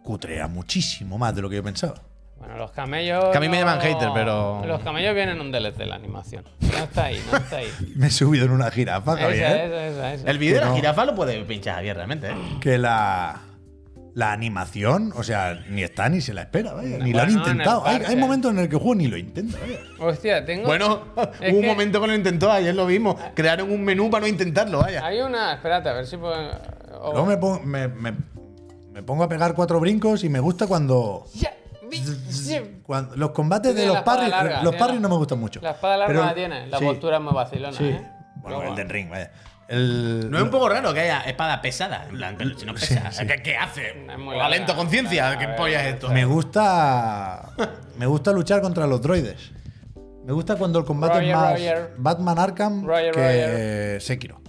S1: Cutrea muchísimo más de lo que yo pensaba.
S2: Bueno, los camellos.
S3: Que a mí me
S2: no-
S3: llaman hater, pero-
S2: Los camellos vienen en un DLC de la animación. No está ahí, no está ahí.
S1: Me he subido en una jirafa,
S2: esa,
S1: Javier.
S2: esa, esa, esa.
S3: Ah, El vídeo de la
S1: No.
S3: jirafa lo puede pinchar Javier, realmente, ¿eh?
S1: Que la. La animación, o sea, ni está ni se la espera, vaya. Ni lo han
S2: Bueno, en el
S1: intentado. Hay, hay
S2: parche.
S1: momentos en el que el juego ni lo intenta, vaya.
S2: Hostia, tengo.
S3: Bueno,
S2: Es
S3: hubo un
S2: que-
S3: momento que lo intentó, ayer lo vimos. Crearon un menú para no intentarlo, vaya.
S2: Hay una. Espérate, a ver si puedo. oh. o-
S1: Luego me, pon- me- me- me pongo a pegar cuatro brincos y me gusta cuando.
S2: Ya, vi- sí.
S1: cuando- los combates de
S2: Tiene
S1: los
S2: la espada
S1: parries.
S2: larga,
S1: los
S2: tiene
S1: parries
S2: la-
S1: no me gustan mucho.
S2: La espada larga
S1: Pero-
S2: la tiene. La
S1: sí,
S2: postura es muy vacilona,
S1: Sí.
S2: ¿eh?
S1: Bueno,
S2: Luego-
S1: el del ring, vaya. El,
S3: No es un poco raro que haya espada pesada. En plan, pero si no pesa, ¿qué, qué hace?
S2: Es muy larga.
S3: Valento conciencia,
S2: Larga,
S3: ¿qué
S2: a ver,
S3: polla es
S2: no
S3: esto?
S2: sé.
S1: Me gusta. Me gusta luchar contra los droides. Me gusta cuando el combate
S2: Roger,
S1: es más
S2: Roger.
S1: Batman Arkham
S2: Roger,
S1: que
S2: Roger.
S1: Sekiro.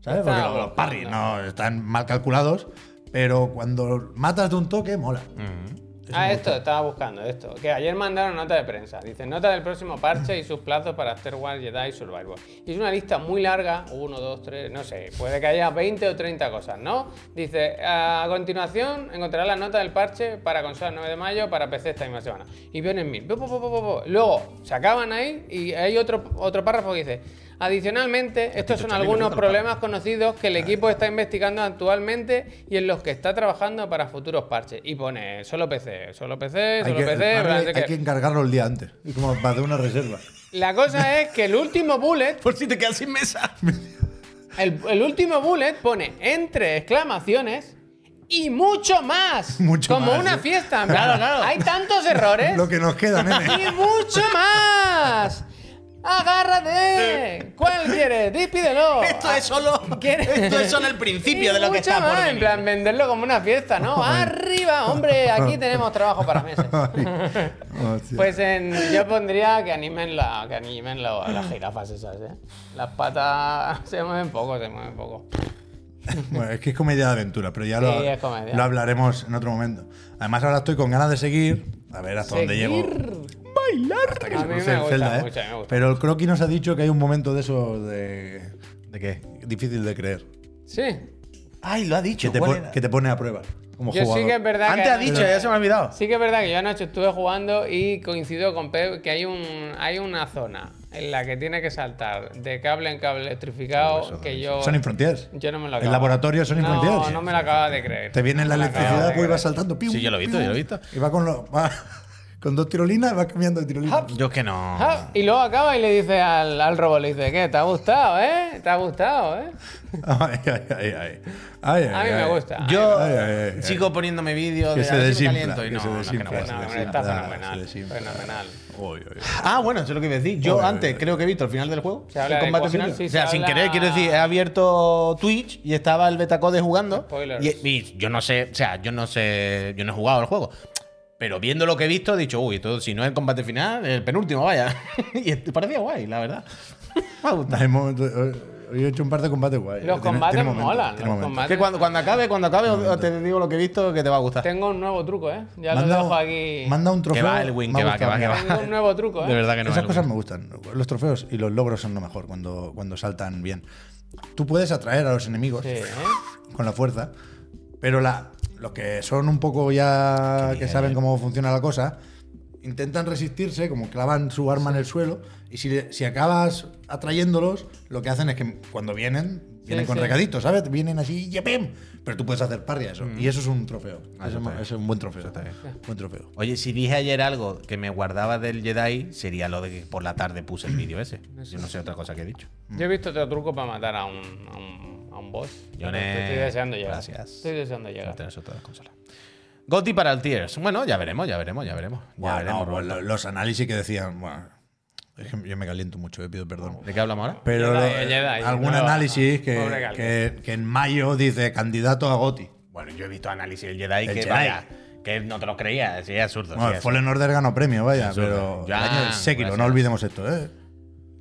S1: ¿Sabes?
S2: Está
S1: Porque los, los parries
S2: aguantando.
S1: no están mal calculados, pero cuando matas de un toque, mola.
S2: Ah, esto, estaba buscando esto. Que ayer mandaron nota de prensa. Dice, nota del próximo parche y sus plazos para Star Wars Jedi Survivor. Y es una lista muy larga, uno, dos, tres, no sé, puede que haya 20 o 30 cosas, ¿no? Dice, a continuación encontrarás la nota del parche para consola 9 de mayo, para PC esta misma semana. Y vienen mil. Pu, pu, pu, pu, pu, pu. Luego, se acaban ahí y hay otro, otro párrafo que dice, adicionalmente, estos son
S3: Charlie, me
S2: algunos
S3: gusta los
S2: problemas conocidos que el equipo está investigando actualmente y en los que está trabajando para futuros parches. Y pone solo PC, solo PC,
S1: Hay
S2: solo
S1: que,
S2: PC.
S1: el
S2: bla,
S1: parry
S2: no sé
S1: hay
S2: qué.
S1: que encargarlo el día antes. Y como para hacer una reserva.
S2: La cosa es que el último bullet,
S3: Por si te quedas sin mesa.
S2: el, el último bullet pone entre exclamaciones y mucho más.
S1: Mucho
S2: como
S1: más,
S2: una
S1: ¿eh?
S2: fiesta. en plan, Hay tantos errores.
S1: Lo que nos queda, nene.
S2: ¡Y mucho más! ¡Agárrate! ¿Cuál quieres? Di, pídelo.
S3: Esto es solo.
S2: ¿Quieres?
S3: Esto es solo el principio
S2: Y
S3: de lo que
S2: mucho
S3: está
S2: más,
S3: por
S2: En
S3: venir.
S2: plan, venderlo como una fiesta, ¿no? Arriba, hombre, aquí tenemos trabajo para meses.
S1: Hostia.
S2: Pues en, yo pondría que animen, la, que animen la- las jirafas esas, ¿eh? Las patas se mueven poco, se mueven poco.
S1: Bueno, es que es comedia de aventura, pero ya lo,
S2: Sí, es comedia.
S1: lo hablaremos en otro momento. Además, ahora estoy con ganas de seguir. A ver hasta dónde
S2: Seguir.
S1: llego. Hasta que
S2: A
S1: se
S2: mí me
S1: cruce el
S2: gusta
S1: Zelda, ¿eh?
S2: mucho, me gusta.
S1: Pero el croquis nos ha dicho que hay un momento de eso de.
S3: ¿De qué?
S1: difícil de creer.
S2: Sí.
S3: Ay, lo ha
S1: Que
S3: dicho.
S1: te,
S3: ¿cuál
S1: pon-
S3: era?
S1: que te pone a prueba. Como
S2: Yo
S1: jugador.
S2: sí que es verdad
S3: Antes
S2: que.
S3: ha dicho, ya se me ha olvidado.
S2: Sí que es verdad que yo anoche estuve jugando y coincido con Pep que hay un hay una zona en la que tiene que saltar de cable en cable electrificado que yo
S1: Sonic Frontiers.
S2: yo no me lo
S1: El
S2: acabo.
S1: laboratorio Sonic
S2: no,
S1: Frontiers.
S2: No me lo acaba de creer.
S1: Te viene
S2: No
S1: la
S2: me lo acabo de
S1: electricidad, pues
S2: creer.
S1: vas saltando. piu,
S3: Sí, yo lo he visto,
S1: piu.
S3: yo lo he visto.
S1: Y va con, lo- va con dos tirolinas, va cambiando de tirolina.
S3: Yo es que no.
S2: Ah, y luego acaba y le dice al, al robot, le dice, ¿qué? ¿Te ha gustado, eh? ¿Te ha gustado, eh?
S1: Ay, ay, ay, ay. Ay, ay,
S2: A mí me
S1: ay.
S2: gusta.
S3: Yo
S1: Ay, ay, ay, ay.
S3: sigo poniéndome vídeos
S1: Que
S3: de
S1: se
S3: a ver si me
S1: desinfla,
S3: caliento y
S1: que
S3: no,
S1: se
S3: no, que
S1: desinfla,
S3: no puedo.
S1: se
S2: No,
S1: desinfla.
S2: bueno, está
S1: nada,
S2: fenomenal.
S1: sí, sí.
S2: Fenomenal.
S1: Uy, uy, uy.
S3: Ah, bueno, eso es lo que iba a decir. Yo
S1: Joder,
S3: antes
S1: joder.
S3: creo que he visto el final del juego.
S2: Se habla
S3: el
S2: de
S3: combate
S2: cuál final,
S3: final.
S2: sí,
S3: o sea,
S2: se
S3: sin
S2: habla-
S3: querer, quiero decir, he abierto Twitch y estaba el betacode jugando.
S2: Spoilers.
S3: Y, y yo no sé, o sea, yo no sé, yo no he jugado el juego. Pero viendo lo que he visto, he dicho, uy, todo, si no es el combate final, el penúltimo, vaya. y este- parecía guay, la verdad. Me ha gustado.
S1: Hay momentos- hoy- hoy he hecho un par de combates guay.
S2: Los
S1: Tiene-
S2: combates
S1: tiene momentos,
S2: molan.
S1: tiene
S2: Los
S1: momentos.
S2: combates-
S3: Que cuando, cuando acabe, cuando acabe, os- os te digo lo que he visto que te va a gustar.
S2: Tengo un nuevo truco, eh. Ya
S1: Manda-
S2: lo dejo aquí.
S1: Manda un trofeo.
S3: va el win,
S1: me ha
S3: que va,
S1: gustado,
S3: que va, que
S1: mira.
S3: va.
S2: Tengo un nuevo truco, eh.
S3: De verdad que no.
S1: Esas
S3: es
S1: cosas me gustan. Los trofeos y los logros son lo mejor cuando, cuando saltan bien. Tú puedes atraer a los enemigos
S2: Sí, ¿eh?
S1: con la fuerza, pero la, los que son un poco ya que saben cómo funciona la cosa, intentan resistirse, como clavan su arma en el suelo, y si, le- si acabas atrayéndolos, lo que hacen es que cuando vienen, vienen con
S2: sí.
S1: recaditos, ¿sabes? Vienen así, ¡yapem! Pero tú puedes hacer parry a eso. Y eso es un trofeo. Eso es, es un buen trofeo. Buen trofeo.
S3: Oye, si dije ayer algo que me guardaba del Jedi, sería lo de que por la tarde puse el vídeo ese. Yo no sé otra cosa que he dicho.
S2: Yo he visto otro truco para matar a un, a un, a un boss.
S3: Yone,
S2: Estoy deseando llegar.
S3: gracias.
S2: Estoy deseando
S3: Sin
S2: llegar.
S3: tener sobre todas las consolas. Goti para el Tears. Bueno, ya veremos, ya veremos, ya veremos. Ya
S1: Bueno, no,
S3: veremos,
S1: pues,
S3: Roberto.
S1: lo- los análisis que decían, bueno, es que yo me caliento mucho, eh, pido perdón.
S3: ¿De qué hablamos ahora?
S1: Pero
S2: Jedi,
S1: eh,
S2: Jedi,
S1: algún
S2: no,
S1: análisis
S2: no,
S1: que,
S2: pobre Galvez.
S1: que- que en mayo dice candidato a Goti.
S3: Pues Bueno, yo he visto análisis del Jedi
S1: Del
S3: que
S1: Jedi.
S3: vaya, Que no te lo creías, sí, es absurdo.
S1: Bueno,
S3: sí,
S1: el
S3: es
S1: Fallen Order ganó premio, vaya,
S3: Eso,
S1: pero.
S3: ya,
S1: el año del Sekiro,
S3: gracias.
S1: no olvidemos esto, ¿eh?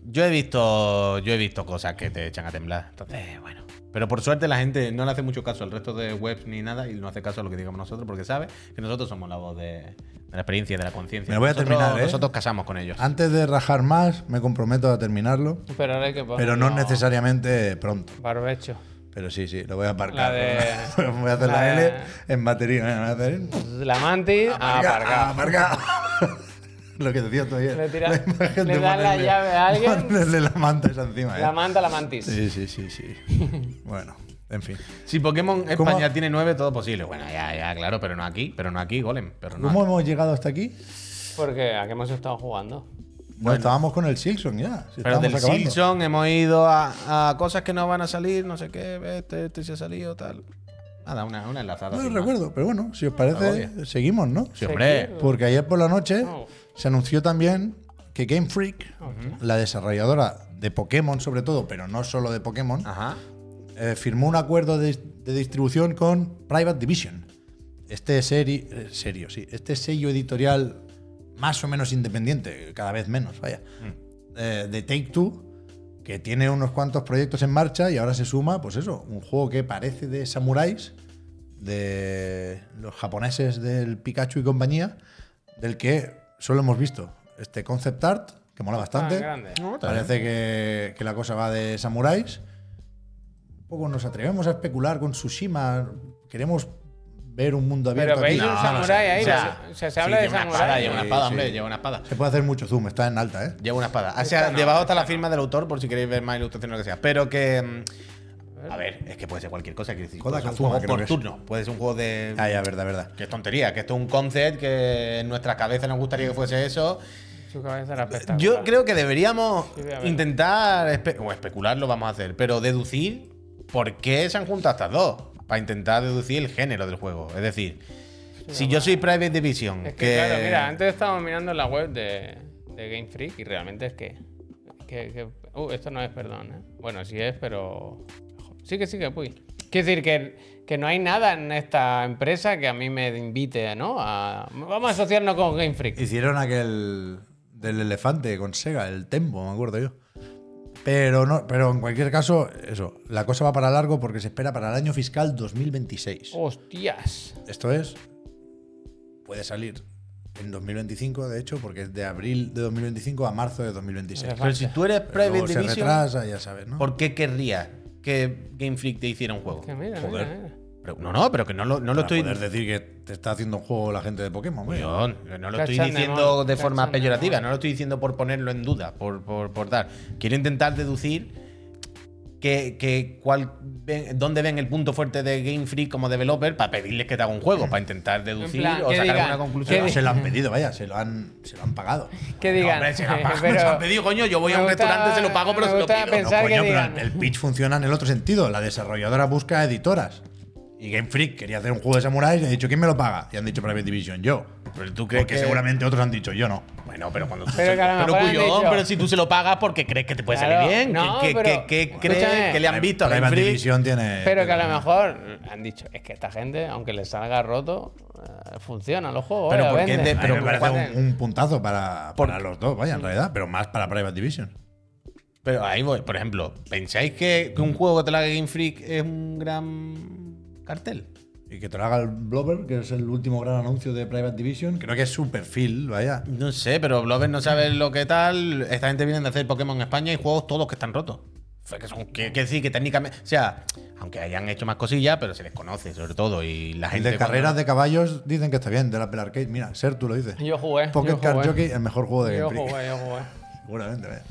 S3: Yo he visto. Yo he visto cosas que te echan a temblar. Entonces, Eh, bueno. Pero por suerte la gente no le hace mucho caso al resto de webs ni nada y no hace caso a lo que digamos nosotros porque sabe que nosotros somos la voz de, de la experiencia y de la conciencia.
S1: Me voy a
S3: Nosotros-
S1: terminar, ¿eh?
S3: Nosotros casamos con ellos.
S1: Antes de rajar más, me comprometo a terminarlo,
S2: Pero ahora hay que poner.
S1: pero no necesariamente pronto.
S2: Barbecho.
S1: Pero sí, sí, lo voy a aparcar.
S2: La de-
S1: voy a hacer la,
S2: la de-
S1: L en batería. ¿eh? Voy a hacer-
S2: La mantis a
S1: Aparcado,
S2: aparcar.
S1: aparcado. Lo que decía tú ayer.
S2: Le tira-
S1: la imagen
S2: le
S1: de
S2: das la
S1: ponerle-
S2: llave a alguien.
S1: Ponerle la manta esa encima. ¿eh?
S2: La manta a la mantis.
S1: Sí, sí, sí, sí. bueno, en fin.
S3: Si Pokémon
S1: ¿Cómo?
S3: España tiene nueve, todo posible. Bueno, ya, ya, claro, pero no aquí, pero no aquí, Golem. Pero no
S1: ¿Cómo hemos llegado hasta aquí?
S2: Porque a qué hemos estado jugando.
S1: Bueno, estábamos con el Silson ya. si
S3: Pero
S1: estábamos
S3: del
S1: acabando.
S3: Silson hemos ido a, a cosas que no van a salir, no sé qué, este, este se ha salido, tal. Nada, una, una enlazada.
S1: No
S3: sin
S1: lo
S3: más.
S1: recuerdo, pero bueno, si os parece,
S3: Agobia.
S1: seguimos, ¿no?
S3: Sí, hombre.
S2: Sekiro.
S1: Porque ayer por la noche
S2: Oh.
S1: se anunció también que Game Freak, la desarrolladora de Pokémon sobre todo, pero no solo de Pokémon,
S3: Ajá.
S1: eh, firmó un acuerdo de, de distribución con Private Division. Este seri, eh, serio, sí, este sello editorial más o menos independiente, cada vez menos, vaya,
S2: Mm.
S1: eh, de Take Two, que tiene unos cuantos proyectos en marcha y ahora se suma, pues eso, un juego que parece de samuráis, de los japoneses del Pikachu y compañía, del que solo hemos visto este concept art, que mola bastante.
S2: Ah, grande.
S1: Parece que, que la cosa va de samuráis. Un poco nos atrevemos a especular con Tsushima. Queremos ver un mundo abierto.
S2: Pero veis
S1: aquí.
S2: un
S3: no
S2: samurái
S3: sé,
S2: ahí.
S3: o sea,
S2: se- se, se habla de
S3: lleva una espada,
S2: samurái.
S3: lleva una
S1: Sí,
S3: espada,
S1: sí.
S3: hombre, lleva una espada.
S1: Se puede hacer mucho zoom, está en alta, ¿eh?
S3: Lleva una espada. Hacia, debajo está la firma del autor, por si queréis ver más ilustraciones o lo que sea. Pero que. mm, A ver, es que puede ser cualquier cosa. Quiero decir,
S1: Koda
S3: puede ser un
S1: Kazuma,
S3: juego
S1: creo que
S3: por
S1: es.
S3: turno, puede ser un juego de.
S1: Ah, ya, verdad, verdad.
S3: Que es tontería, que esto es un concept que en nuestras cabezas nos gustaría que fuese eso.
S2: Su cabeza era espectacular.
S3: Yo creo que deberíamos
S2: Sí, voy a ver.
S3: intentar, espe- o especular lo vamos a hacer, pero deducir por qué se han juntado estas dos, para intentar deducir el género del juego. Es decir, si yo soy Private Division,
S2: Es que, claro, mira, antes estábamos mirando en la web de, de Game Freak y realmente es que. que, que- uh, esto no es, perdón. ¿eh? Bueno, sí es, pero. Sí que sí que, puy. Quiero decir que, que no hay nada en esta empresa que a mí me invite, ¿no? A, vamos a asociarnos con Game Freak.
S1: Hicieron aquel del elefante con Sega, el Tempo, me acuerdo yo. Pero, no, pero en cualquier caso, eso, la cosa va para largo porque se espera para el año fiscal 2026.
S2: ¡Hostias!
S1: Esto es, puede salir en 2025, de hecho, porque es de abril de 2025 a marzo de 2026.
S2: Elefante.
S3: pero si tú eres
S1: Pero
S3: Private
S1: luego se
S3: Division,
S1: retrasa, ya sabes, ¿no?
S3: ¿por qué querrías que Game Freak te hiciera un juego?
S2: Que mira,
S3: Joder.
S2: mira, eh. mira.
S3: Pero- no, no, pero que no lo, no lo
S1: Para
S3: estoy.
S1: poder decir que te está haciendo un juego la gente de Pokémon. güey.
S3: Yo no lo estoy
S2: Cachán de
S3: diciendo
S2: mono,
S3: de forma
S2: cachán de
S3: peyorativa,
S2: mono.
S3: no lo estoy diciendo por ponerlo en duda, por, por, por tal. Quiero intentar deducir que, que cuál ven- dónde ven el punto fuerte de Game Freak como developer para pedirles que te haga un juego, para intentar deducir
S2: plan,
S3: o
S2: que
S3: sacar
S2: digan,
S3: alguna
S1: Se,
S3: conclusión.
S1: lo-
S2: ¿Qué
S1: se lo han pedido, vaya, se lo han, se lo han pagado.
S2: Que
S3: No,
S2: digan.
S3: hombre, se lo han
S2: eh,
S3: pagado,
S2: pero
S3: se lo han pedido, coño, yo voy a
S2: me
S3: un
S2: gusta-
S3: restaurante, se lo pago, pero
S2: me
S3: se lo
S2: gusta
S3: pido. No,
S1: No,
S2: pensar que
S1: coño, pero
S2: digan,
S1: el pitch funciona en el otro sentido. La desarrolladora busca editoras. Y Game Freak quería hacer un juego de samuráis y ha dicho, ¿quién me lo paga? Y han dicho Private Division, yo.
S3: Pero tú crees
S1: Porque
S3: que
S1: seguramente otros han dicho, yo no.
S3: Bueno, pero cuando tú
S2: Pero
S3: se-
S2: que a lo mejor han
S3: Cuyón,
S2: dicho-
S3: pero si tú se lo pagas porque crees que te puede
S2: Claro,
S3: salir bien,
S2: no,
S3: que, que-
S2: pero-
S3: que- que crees
S2: escúchame.
S3: que le han visto a Game
S1: Private
S3: Freak.
S1: Division tiene.
S2: Pero que a lo mejor han dicho, es que esta gente, aunque les salga roto, eh, funciona los juegos.
S3: Pero
S2: eh,
S3: porque es
S2: venden.
S3: de-
S1: A mí
S3: pero
S1: me parece
S3: ¿cuál
S1: un, un puntazo para,
S3: Por-
S1: para los dos, vaya, en realidad, pero más para Private Division.
S3: Pero ahí voy, por ejemplo, ¿pensáis que, que un juego que te lo haga Game Freak es un gran cartel?
S1: Y que te lo haga el Blobber, que es el último gran anuncio de Private Division. Creo que es su perfil, vaya.
S3: No sé, pero Blover no sabe lo que tal. Esta gente viene de hacer Pokémon en España y juegos todos que están rotos. Fue Que son, que, que decir que técnicamente. O sea, aunque hayan hecho más cosillas, pero se les conoce, sobre todo. Y la
S1: El
S3: gente.
S1: de carreras de caballos dicen que está bien, del Apple Arcade. Mira, Ser tú lo dices.
S2: Yo jugué.
S1: Pocket
S2: yo
S1: Car
S2: jugué.
S1: Jockey, el mejor juego de
S2: Yo
S1: Game Freak.
S2: jugué, yo jugué.
S1: Seguramente, vaya.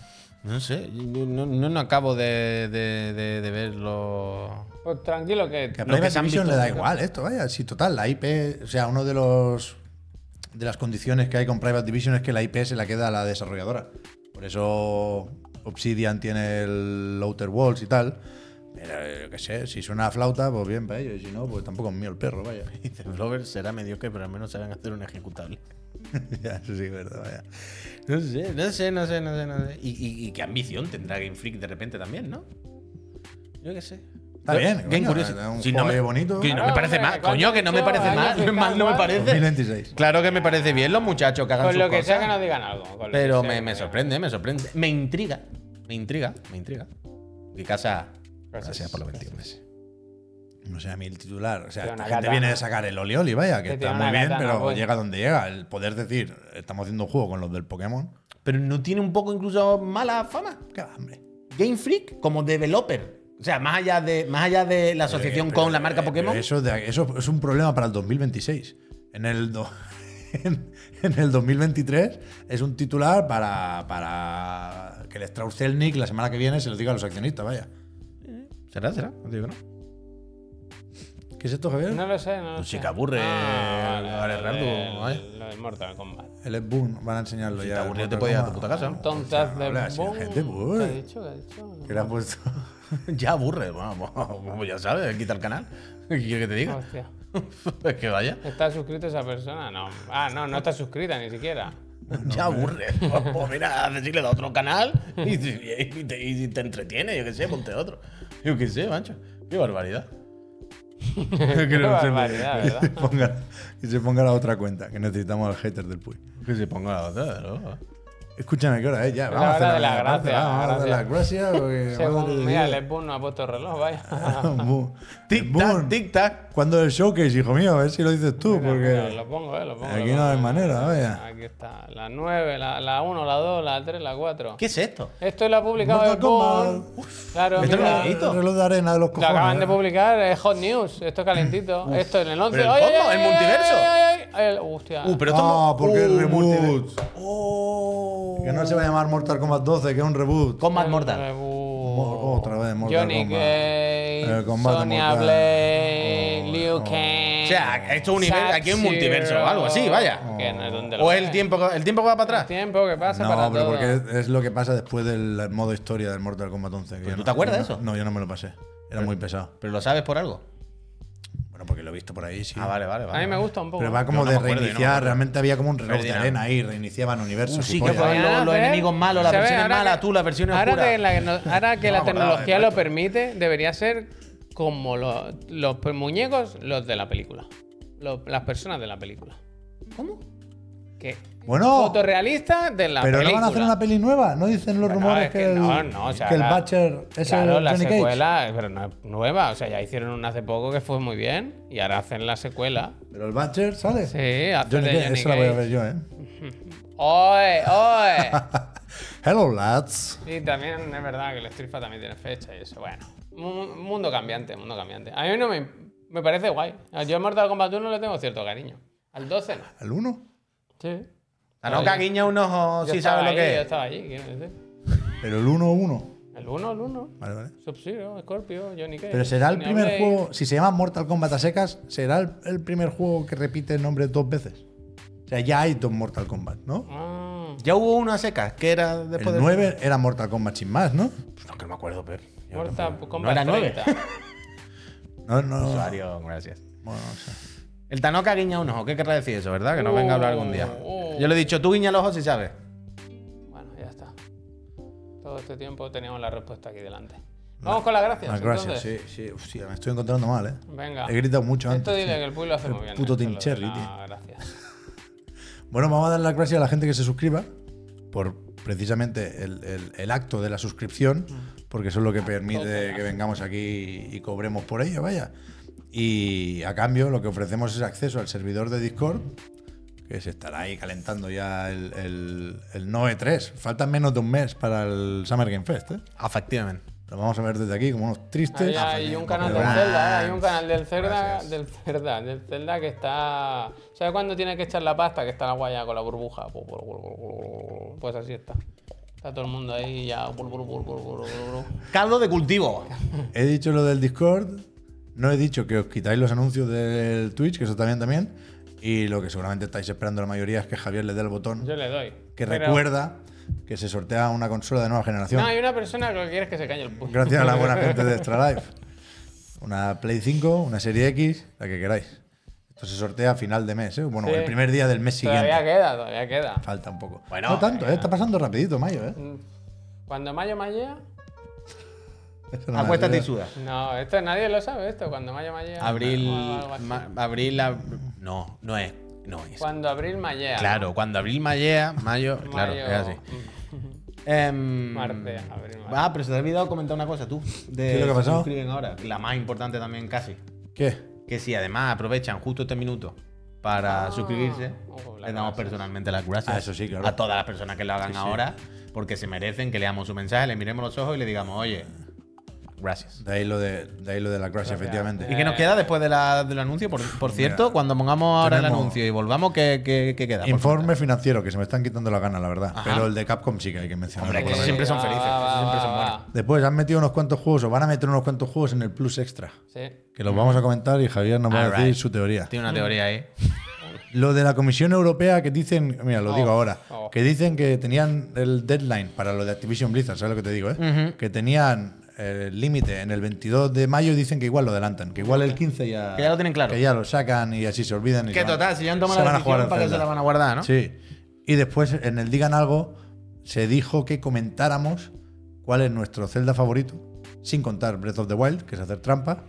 S3: No sé, yo no, no- no acabo de, de, de- de ver lo.
S2: Pues tranquilo que.
S1: Que a
S3: Lo que
S1: Private
S3: se han
S1: Division
S3: visto
S1: le da
S3: nunca.
S1: igual esto, vaya. Sí, total, la IP, o sea, uno de los de las condiciones que hay con Private Division es que la IP se la queda a la desarrolladora. Por eso Obsidian tiene el Outer Worlds y tal. Pero eh, yo qué sé, si suena a flauta, pues bien para ellos. Y si no, pues tampoco es mío el perro, vaya.
S3: Dice, Blover será mediocre, pero al menos saben hacer un ejecutable.
S1: ya, eso sí es verdad, vaya.
S3: No sé, no sé, no sé, no sé, no sé. Y, y- y qué ambición tendrá Game Freak de repente también, ¿no? Yo qué sé.
S1: Está bien.
S3: Game
S1: coño,
S3: Curiosity.
S1: era Un
S3: Si no
S1: juego
S3: me-
S1: ahí bonito.
S3: Que no me
S2: Claro,
S3: parece
S2: hombre,
S3: mal. Coño, que no me
S2: coño,
S3: parece
S2: hay que
S3: mal. Mal no me
S2: sacar
S3: parece.
S1: 2026.
S3: Claro que me parece bien los muchachos que hagan
S2: Con
S3: sus
S2: lo que sea
S3: cosas,
S2: que nos digan algo. con lo que
S3: Pero
S2: sea
S3: me,
S2: que
S3: me
S2: nos digan.
S3: sorprende, me sorprende. Me intriga. Me intriga, me intriga. Mi casa. Gracias, por los 21 meses.
S1: No sé, a mí el titular. O sea,
S2: Tiene
S1: esta
S2: una
S1: gente
S2: katana.
S1: viene de sacar el Oli Oli, vaya, que
S2: Que
S1: está
S2: tiene
S1: muy
S2: una
S1: bien,
S2: katana,
S1: pero
S2: pues.
S1: llega donde llega. El poder decir, estamos haciendo un juego con los del Pokémon.
S3: Pero no tiene un poco incluso mala fama.
S1: Qué va, hombre.
S3: Game Freak como developer. O sea, más allá de, más allá de la asociación
S1: Pero,
S3: con la marca
S1: eh,
S3: Pokémon.
S1: pero Eso, es de- eso es un problema para el 2026. En el, do- en, en el 2023 es un titular para, para que el Strauss Celnick la semana que viene se lo diga a los accionistas, vaya.
S3: ¿Será, será? No te digo que no.
S1: ¿Qué es esto, Javier?
S2: No lo sé, no lo
S3: Pues sí
S2: sé. Ah,
S3: que aburre, ah, vale,
S2: lo
S3: Rardo,
S2: del-
S1: ¿eh?
S3: vale.
S2: Lo del Mortal Kombat.
S1: El Ed Boon, van a enseñarlo
S3: Si te
S1: ya.
S3: aburrido, te
S1: Mortal
S3: puedes ir a tu
S1: Kombat.
S3: puta casa.
S2: Tontas de
S1: habla así la
S2: boom.
S1: gente, uy.
S2: ¿Qué ha dicho? ¿Qué ha dicho?
S1: Que le han puesto.
S3: ya aburre. Bueno, pues ya sabes, quita el canal. ¿Qué quieres que te diga?
S2: Hostia.
S3: es que vaya.
S2: ¿Está suscrita esa persona? No. Ah, no, no está suscrita ni siquiera.
S3: ya aburre. Pues, pues mira, decirle de otro canal y, y- y te, y te entretiene, yo qué sé, ponte otro. Yo qué sé, mancho. Qué barbaridad.
S2: Qué
S1: que no se-
S2: barbaridad,
S1: que se
S2: ¿verdad?
S1: ponga- que se ponga la otra cuenta, que necesitamos al hater del Puy.
S3: Que se ponga la otra, ¿no?
S1: Escúchame, ¿qué hora es? Ya,
S2: Es
S1: vamos a
S2: la
S1: hacer
S2: hora de
S1: la
S2: la
S1: parte,
S2: gracia,
S1: Vamos a
S2: la
S1: hacer las gracias. porque vamos a hacer
S2: Según,
S1: el
S2: mira,
S1: día.
S2: el Boon no ha puesto reloj, vaya.
S1: Boom.
S3: Tic
S1: Boom.
S3: tac, tic tac.
S1: ¿Cuándo el showcase, hijo mío? A ver si lo dices tú,
S2: Mira, mira,
S1: porque.
S2: lo pongo, eh, lo pongo.
S1: aquí
S2: lo
S1: no hay
S2: pongo.
S1: manera, vaya.
S2: Aquí está. La 9, la, la 1, la 2, la 3, la 4.
S3: ¿Qué es esto?
S2: Esto lo ha publicado
S1: Mortal
S2: el Boon.
S1: Kombat.
S2: Claro,
S3: Esto lo
S2: mira.
S3: he visto.
S1: El reloj de arena de los
S2: Lo
S1: cojones. ¿eh?
S2: acaban de
S1: ¿verdad?
S2: publicar, es hot news, esto es calentito. esto en el 11.
S3: Pero el
S2: ¡Ay, ay,
S3: combo,
S2: ay,
S3: el
S2: ay,
S3: multiverso.
S2: ay, ay, ay! El- hostia.
S3: Uh, pero esto
S1: Ah,
S3: mo-
S1: porque
S3: Uh,
S1: es reboot.
S3: Oh.
S1: Que no se va a llamar Mortal Kombat 12, que es un reboot.
S3: Combat
S2: El
S3: Mortal.
S2: reboot.
S1: Mo- otra vez Mortal
S2: Eh, uh.
S1: Kombat.
S2: Johnny Cage,
S1: El combate
S2: Sonya
S1: mortal.
S2: Blake,
S1: Oh,
S2: Liu
S1: oh.
S2: Kang.
S3: O sea, esto es un universo, aquí es un
S2: Sub-Zero.
S3: multiverso o algo así, vaya.
S2: Que no es donde lo
S3: O es
S2: ves.
S3: el tiempo, que- el tiempo que va para
S2: El
S3: atrás.
S2: tiempo que pasa para
S1: Oh. No, pero
S2: todo.
S1: porque es, es lo que pasa después del modo historia del Mortal Kombat 11. que yo
S3: ¿tú
S1: no-
S3: te acuerdas de
S1: yo no-
S3: eso?
S1: No, yo no me lo pasé. Era muy pesado.
S3: Pero lo sabes por algo.
S1: Bueno, porque lo he visto por ahí, sí.
S3: Ah, vale, vale,
S2: A
S3: vale.
S2: mí me gusta un poco.
S1: Pero va como
S3: Yo no
S1: de
S3: me acuerdo, yo no me
S1: reiniciar,
S3: acuerdo.
S1: realmente había como un reloj de
S3: Ferdinand.
S1: arena ahí, reiniciaban universos.
S3: Uh, sí,
S1: y
S3: que
S1: pollas.
S3: fue-
S2: Podrían
S3: los- los
S2: hacer-
S3: enemigos malos, las
S2: ¿sabes?
S3: versiones
S2: Ahora
S3: malas,
S2: que-
S3: tú, las versiones
S2: ahora
S3: puras.
S2: Que la, no- ahora que
S3: No me
S2: la
S3: acordaba de
S2: tecnología
S3: esto.
S2: lo permite, debería ser como los, los pe- muñecos, los de la película. Los- las personas de la película.
S3: ¿Cómo?
S2: Que
S1: Bueno,
S2: fotorrealistas de la
S1: Pero
S2: película.
S1: no van a hacer una peli nueva, ¿no? Dicen los
S2: Bueno,
S1: rumores
S2: es
S1: que,
S2: que
S1: el,
S2: no, no, o sea,
S1: que el
S2: la-
S1: Butcher es
S2: claro,
S1: el
S2: la
S1: Johnny Cage.
S2: secuela, pero no es nueva. O sea, ya hicieron una hace poco que fue muy bien y ahora hacen la secuela.
S1: Pero el Butcher, ¿sale?
S2: Sí, hace
S1: Johnny
S2: de
S1: Cage,
S2: Johnny
S1: esa la voy a
S2: Cage.
S1: ver yo, ¿eh?
S2: ¡Oe, oe!
S1: Hello, lads.
S2: Y también es verdad que el Street Fighter también tiene fecha y eso. Bueno, mu- mundo cambiante, mundo cambiante. A mí no me, me parece guay. Yo al Mortal Kombat 1 le tengo cierto cariño. Al 12 no.
S1: ¿El 1?
S2: Sí.
S3: Anoka guiña un ojo,
S2: Yo
S3: si
S2: estaba
S3: sabes lo
S2: ahí,
S3: que
S2: Yo
S3: es.
S2: estaba allí, quiero decir.
S1: Pero el 1, 1.
S2: El 1, el 1.
S1: Vale, vale.
S2: Sub-Zero, Scorpio, Johnny Cage.
S1: Pero será el
S2: Sonya
S1: primer
S2: Blade.
S1: juego, si se llama Mortal Kombat a secas, será el, el primer juego que repite el nombre dos veces. O sea, ya hay dos Mortal Kombat, ¿no?
S2: Ah,
S3: Ya hubo una seca, que era después
S1: El
S3: del-
S1: 9 era Mortal Kombat sin más, ¿no?
S3: Pues no, que no me acuerdo, pero. yo
S2: Mortal
S3: no me acuerdo.
S2: Kombat
S3: No era 9.
S2: 30.
S1: No, no.
S3: Usuario, gracias.
S1: Bueno, no sé.
S3: El Tanoka guiña un ojo, ¿qué querrá decir eso, verdad? Que nos
S2: Uh,
S3: venga a hablar algún día.
S2: uh.
S3: Yo le he dicho, tú guiña el ojo si sabes.
S2: Bueno, ya está. Todo este tiempo teníamos la respuesta aquí delante. Vamos con las Ah, gracias.
S1: Las gracias,
S2: entonces.
S1: sí, sí. Hostia, me estoy encontrando mal, ¿eh?
S2: Venga.
S1: He gritado mucho antes.
S2: Esto dile
S1: tío.
S2: que el Puy lo hace
S1: El
S2: muy bien.
S1: puto
S2: esto
S1: Team
S2: lo de
S1: Cherry,
S2: la-
S1: tío.
S2: Gracias.
S1: Bueno, vamos a dar las gracias a la gente que se suscriba por precisamente el, el- el acto de la suscripción,
S2: Mm.
S1: porque eso es lo que permite que vengamos aquí y cobremos por ello, vaya. Y a cambio lo que ofrecemos es acceso al servidor de Discord, que se estará ahí calentando ya el, el, el Noe 3. Faltan menos de un mes para el Summer Game Fest, ¿eh?
S3: Efectivamente.
S1: Lo vamos a ver desde aquí como unos tristes.
S2: Ahí hay un canal del
S1: Pero-
S2: Zelda, ¿eh? hay un canal del Zelda,
S1: Gracias.
S2: del Zelda, del Zelda que está. ¿Sabes cuándo tiene que echar la pasta? Que está la guaya con la burbuja. Pues así está. Está todo el mundo ahí ya.
S3: Caldo de cultivo.
S1: He dicho lo del Discord. No he dicho que os quitáis los anuncios del Twitch, que eso también también. Y lo que seguramente estáis esperando la mayoría es que Javier le dé el botón
S2: Yo le doy.
S1: que
S2: Pero-
S1: recuerda que se sortea una consola de nueva generación.
S2: No, hay una persona que lo que quiere es que se calle el puto.
S1: Gracias a la buena gente de Extra Life. Una Play 5, una Serie X, la que queráis. Esto se sortea a final de mes, ¿eh? Bueno,
S2: Sí.
S1: el primer día del mes siguiente.
S2: Todavía queda, todavía queda.
S1: Falta un poco.
S3: Bueno,
S1: ¿eh? no tanto, ¿eh? está pasando rapidito mayo, ¿eh?
S2: Cuando mayo mayea.
S1: Eso no me
S3: Acuéstate y
S1: acuerdo.
S3: suda.
S2: No, esto nadie lo sabe, esto. Cuando Maya Mallea.
S3: Abril.
S2: o algo así.
S3: ma- abril. ab- No, no es. No es.
S2: Cuando Abril Mallea.
S3: Claro, cuando abril mallea, mayo.
S2: Mayo- Mm.
S3: Claro, es así. Em,
S2: Marte, abril, marzo.
S3: Ah, pero se te ha olvidado comentar una cosa, tú. De
S1: ¿Qué es lo que ha pasado?
S3: suscriben ahora. La más importante también, casi.
S1: ¿Qué?
S3: Que si además aprovechan justo este minuto para
S2: Ah,
S3: suscribirse,
S2: ojo, las
S3: les damos
S2: gracias.
S3: personalmente las gracias.
S1: Ah, eso sí, claro.
S3: A todas las personas que lo hagan ahora, porque se merecen que leamos su mensaje, le miremos los ojos y le digamos, oye, gracias.
S1: De ahí lo de, de, ahí lo de la gracia, efectivamente.
S3: ¿Y qué
S2: Eh.
S3: nos queda después de la- del anuncio? Por, por cierto, cuando pongamos ahora el
S1: tenemos-
S3: anuncio y volvamos, ¿qué, qué- qué queda? por
S1: Informe financiero, que se me están quitando la gana, la verdad.
S3: Ajá.
S1: Pero el de Capcom sí que hay que mencionar.
S3: Hombre, que siempre son felices, esos siempre son buenos.
S1: Después han metido unos cuantos juegos, o van a meter unos cuantos juegos en el Plus Extra.
S2: Sí.
S1: Que
S3: Mm.
S1: los vamos a comentar y Javier nos va a
S3: Alright.
S1: decir su teoría.
S3: Tiene una teoría ahí.
S1: Lo de la Comisión Europea que dicen, mira, lo digo ahora,
S2: oh.
S1: que dicen que tenían el deadline para lo de Activision Blizzard, ¿sabes lo que te digo? eh?
S3: Mm.
S1: Que tenían el límite en el 22 de mayo y dicen que igual lo adelantan, que igual el 15 ya,
S3: Que ya lo tienen claro.
S1: que ya lo sacan y así se olvidan. y
S3: Que
S1: se van-
S3: total, si ya han tomado
S1: se
S3: la
S1: van a jugar
S3: decisión,
S1: al
S3: ¿para qué se
S1: Zelda.
S3: la van a guardar, no?
S1: Sí. Y después en el Digan Algo se dijo que comentáramos cuál es nuestro Zelda favorito, sin contar Breath of the Wild, que es hacer trampa.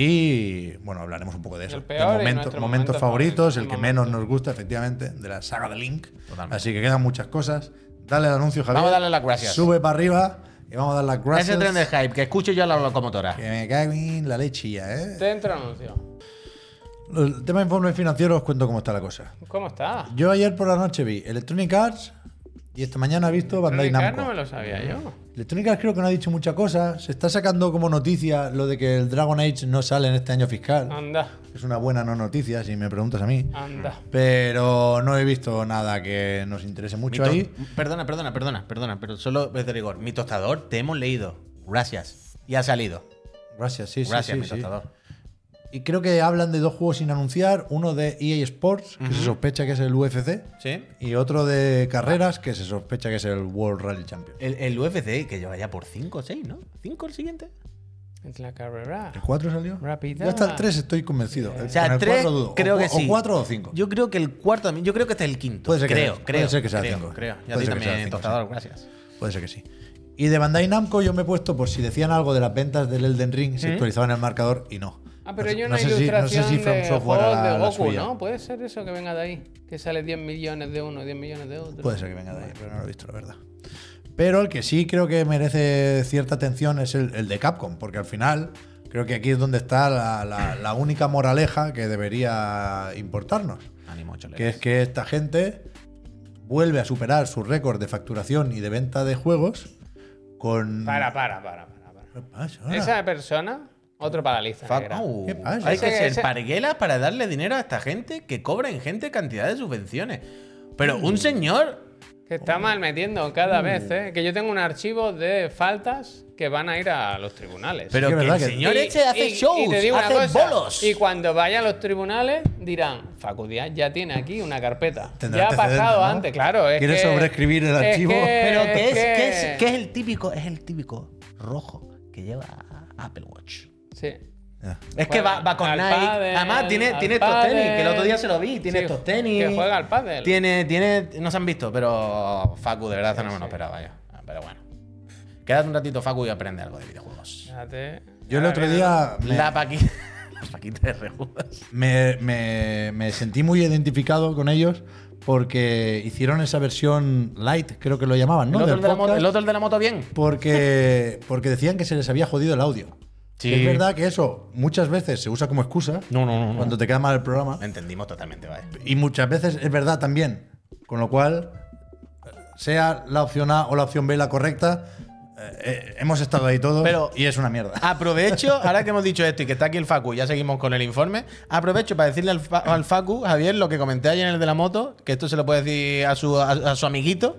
S1: Y bueno, hablaremos un poco de eso.
S2: El
S1: De
S2: peor y
S1: momento- momentos
S2: nuestro momento
S1: favoritos,
S2: favorito,
S1: el que
S2: el
S1: menos
S2: momento.
S1: nos gusta, efectivamente, de la saga de Link.
S3: Totalmente.
S1: Así que quedan muchas cosas. Dale el anuncio, Javier.
S3: Vamos a darle las gracias.
S1: Sube para arriba y vamos a dar las gracias.
S3: Ese tren de hype, que escucho yo a la locomotora.
S1: Que me cago en la leche ya, ¿eh?
S2: Dentro anuncio.
S1: El tema de informes financieros, os cuento cómo está la cosa.
S2: ¿Cómo está?
S1: Yo ayer por la noche vi Electronic Arts y esta mañana he visto Bandai
S2: Electronic Arts
S1: Namco.
S2: no me lo sabía yo.
S1: Electronic Arts creo que no ha dicho mucha cosa. Se está sacando como noticia lo de que el Dragon Age no sale en este año fiscal.
S2: Anda,
S1: Es una buena no noticia, si me preguntas a mí.
S2: anda.
S1: Pero no he visto nada que nos interese mucho
S3: Mi to-
S1: ahí.
S3: Perdona, perdona, perdona, perdona, pero solo es de rigor. Mi tostador, te hemos leído. Gracias. Y ha salido.
S1: Gracias, sí, sí,
S3: Gracias,
S1: sí,
S3: mi
S1: sí.
S3: tostador.
S1: Y creo que hablan de dos juegos sin anunciar. Uno de EA Sports, que se sospecha que es el UFC.
S3: ¿Sí?
S1: Y otro de carreras, que se sospecha que es el World Rally Champions.
S3: El, el UFC, que lleva ya por 5 o 6, ¿no? ¿5 el siguiente?
S2: Es la carrera.
S1: ¿El 4 salió?
S2: Rápida.
S1: Yo hasta el 3 estoy convencido.
S3: O sea,
S1: Con el
S3: tres,
S1: 4 dudo.
S3: creo
S1: o,
S3: que
S1: cua-
S3: sí.
S1: O 4 o 5.
S3: Yo creo que el cuarto también. Yo creo que este es el quinto.
S1: Puede ser que
S3: creo,
S1: sea-
S3: creo.
S1: puede ser que sea el
S3: creo,
S1: cinco.
S3: Creo. Y a
S1: Puede ser que
S3: ti
S1: sea el
S3: también,
S1: cinco,
S3: tostador, gracias.
S1: Puede ser que sí. Y de Bandai Namco yo me he puesto por si decían algo de las ventas del Elden Ring, si actualizaban el marcador y no.
S2: ¿Eh? Ah, pero
S1: no,
S2: hay
S1: sé-
S2: una
S1: no sé si- no sé
S2: ilustración
S1: si From
S2: de
S1: Software
S2: juegos
S1: hará
S2: de
S1: la
S2: Goku,
S1: suya.
S2: ¿no? Puede ser eso que venga de ahí. Que sale 10 millones de uno, 10 millones de otro.
S1: Puede ser que venga de ahí, pero no lo he visto, la verdad. Pero el que sí creo que merece cierta atención es el, el de Capcom, porque al final creo que aquí es donde está la, la- la única moraleja que debería importarnos,
S3: Ánimo, choleros.
S1: que es que esta gente vuelve a superar su récord de facturación y de venta de juegos con...
S2: Para, para, para, para. para.
S1: ¿Qué pasa ahora?
S2: Esa persona, otro paraliza.
S3: Fuck,
S2: negra.
S3: au.
S1: ¿Qué pasa?
S3: Hay que
S2: Ese-
S3: ser
S2: ese-
S3: parguelas para darle dinero a esta gente que cobra en gente cantidad de subvenciones. Pero
S1: Mm.
S3: un señor
S2: Que
S1: Oh.
S2: está mal metiendo cada vez, ¿eh? Que yo tengo un archivo de faltas que van a ir a los tribunales.
S3: Pero
S1: Sí,
S3: que,
S1: que verdad
S3: el
S1: que-
S3: señor
S2: Y-
S3: este hace
S2: y-
S3: shows,
S2: y te digo una
S3: hace
S2: cosa,
S3: bolos.
S2: Y cuando vaya a los tribunales dirán, Facu Díaz ya tiene aquí una carpeta.
S1: Tendrá
S2: ya ha
S1: antecedentes,
S2: pasado
S1: ¿no?
S2: antes, claro. Es
S1: Quiere
S2: que-
S1: sobreescribir el
S2: es
S1: archivo.
S3: Pero
S2: es
S3: que es, que es, que es el típico, es el típico rojo que lleva Apple Watch. Pues,
S2: Sí.
S1: Ah.
S3: Es que va,
S2: Juega
S3: va con
S2: al
S3: Nike.
S2: pádel,
S3: Además, tiene,
S2: al
S3: tiene estos tenis,
S2: pádel.
S3: que el otro día se lo vi. Tiene
S2: Sí,
S3: estos tenis.
S2: que juega al pádel.
S3: Tiene, tiene. No se han visto, pero Facu, de verdad, esto no me lo
S2: sí.
S3: esperaba yo. Ah, Pero bueno. Quédate un ratito, Facu, y aprende algo de videojuegos.
S2: Fíjate. Ah,
S1: Yo el otro día me,
S3: La paquita. La paquita de rejugas.
S1: me- me- me sentí muy identificado con ellos porque hicieron esa versión light, creo que lo llamaban, ¿no?
S3: el, otro,
S1: Del
S3: el de la moto-
S1: podcast,
S3: el otro, el de la moto, bien.
S1: Porque, porque decían que se les había jodido el audio.
S3: Sí.
S1: Es verdad que eso muchas veces se usa como excusa
S3: No, no, no, no.
S1: cuando te queda mal el programa.
S3: Entendimos totalmente, vaya.
S1: Y muchas veces es verdad también. Con lo cual, sea la opción A o la opción B la correcta, eh, eh, hemos estado ahí todos
S3: Pero-
S1: y es una mierda.
S3: Aprovecho, ahora que hemos dicho esto y que está aquí el Facu, ya seguimos con el informe. Aprovecho para decirle al, Fa- al Facu, Javier, lo que comenté ayer en el de la moto, que esto se lo puede decir a su, a, a su amiguito,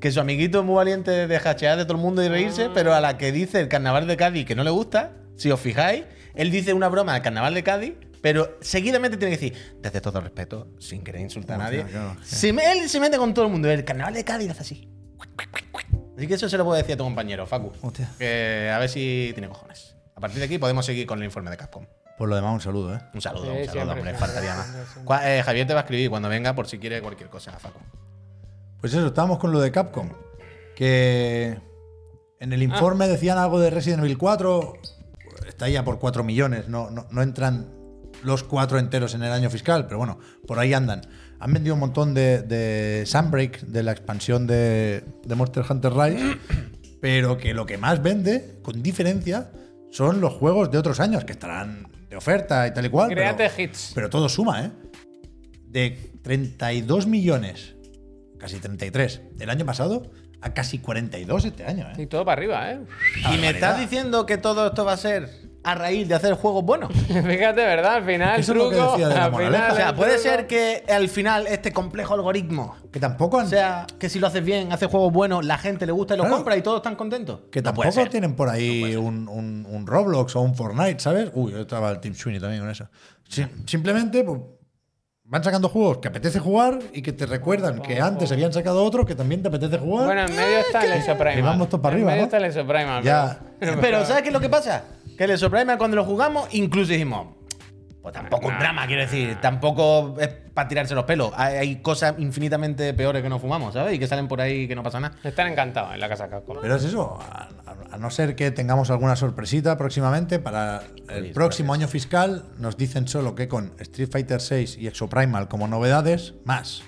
S3: que su amiguito es muy valiente de hachear de todo el mundo y reírse, pero a la que dice el carnaval de Cádiz que no le gusta, si os fijáis, él dice una broma al carnaval de Cádiz. Pero seguidamente tiene que decir, desde todo respeto, sin querer insultar a
S1: Hostia,
S3: nadie.
S1: claro.
S3: Se me- él se mete con todo el mundo. El carnaval de Cádiz hace así. Así que eso se lo puedo decir a tu compañero, Facu.
S1: Hostia.
S3: Que a ver si tiene cojones. A partir de aquí podemos seguir con el informe de Capcom.
S1: Por lo demás, un saludo, ¿eh?
S3: Un saludo,
S2: Sí,
S3: un saludo,
S2: siempre,
S3: hombre,
S2: siempre,
S3: faltaría más.
S2: siempre, siempre.
S3: Cua- eh, Javier te va a escribir cuando venga por si quiere cualquier cosa, Facu.
S1: Pues eso, estábamos con lo de Capcom. Que En el informe decían algo de Resident Evil 4. Está ya por 4 millones. No, no, no entran los 4 enteros en el año fiscal, pero bueno, por ahí andan. Han vendido un montón de, de Sunbreak, de la expansión de, de Monster Hunter Rise, pero que lo que más vende, con diferencia, son los juegos de otros años, que estarán de oferta y tal y cual.
S2: Créate
S1: pero-
S2: hits.
S1: pero todo suma, ¿eh? De 32 millones, casi 33, el año pasado, a casi 42 este año, ¿eh?
S2: Y todo para arriba, ¿eh?
S1: Ah,
S3: Y me estás
S1: barbaridad.
S3: diciendo que todo esto va a ser a raíz de hacer juegos buenos.
S2: Fíjate, ¿verdad? Al final,
S1: Eso es lo
S2: truco.
S1: que decía de la
S2: al
S1: moraleja.
S2: final,
S3: O sea,
S2: el
S3: puede
S2: truco.
S3: ser que al final este complejo algoritmo.
S1: Que tampoco han-
S3: O sea, que si lo haces bien, haces juegos buenos, la gente le gusta y lo
S1: Claro.
S3: compra y todos están contentos.
S1: que
S3: No puede
S1: tampoco
S3: ser.
S1: tienen por ahí un, un- un Roblox o un Fortnite, ¿sabes? Uy, yo estaba el Team Sweeney también con eso. Si- simplemente pues, van sacando juegos que apetece jugar y que te recuerdan que antes habían sacado otros que también te apetece jugar.
S2: Bueno, en medio está el Exoprimal.
S1: Y vamos todos para arriba,
S2: En medio
S1: ¿no?
S2: está el Exoprimal.
S1: Ya.
S3: Pero ¿sabes qué es lo que pasa? Que el Exoprimal cuando lo jugamos, incluso dijimos, pues tampoco un drama, quiero decir, tampoco es para tirarse los pelos. Hay, hay cosas infinitamente peores que no fumamos, ¿sabes? Y que salen por ahí que no pasa nada.
S2: pero Están encantados en la casa Capcom.
S1: Pero es eso, a, a- a no ser que tengamos alguna sorpresita próximamente, para el
S3: Sí,
S1: próximo año fiscal nos dicen solo que con Street Fighter VI y Exoprimal como novedades, más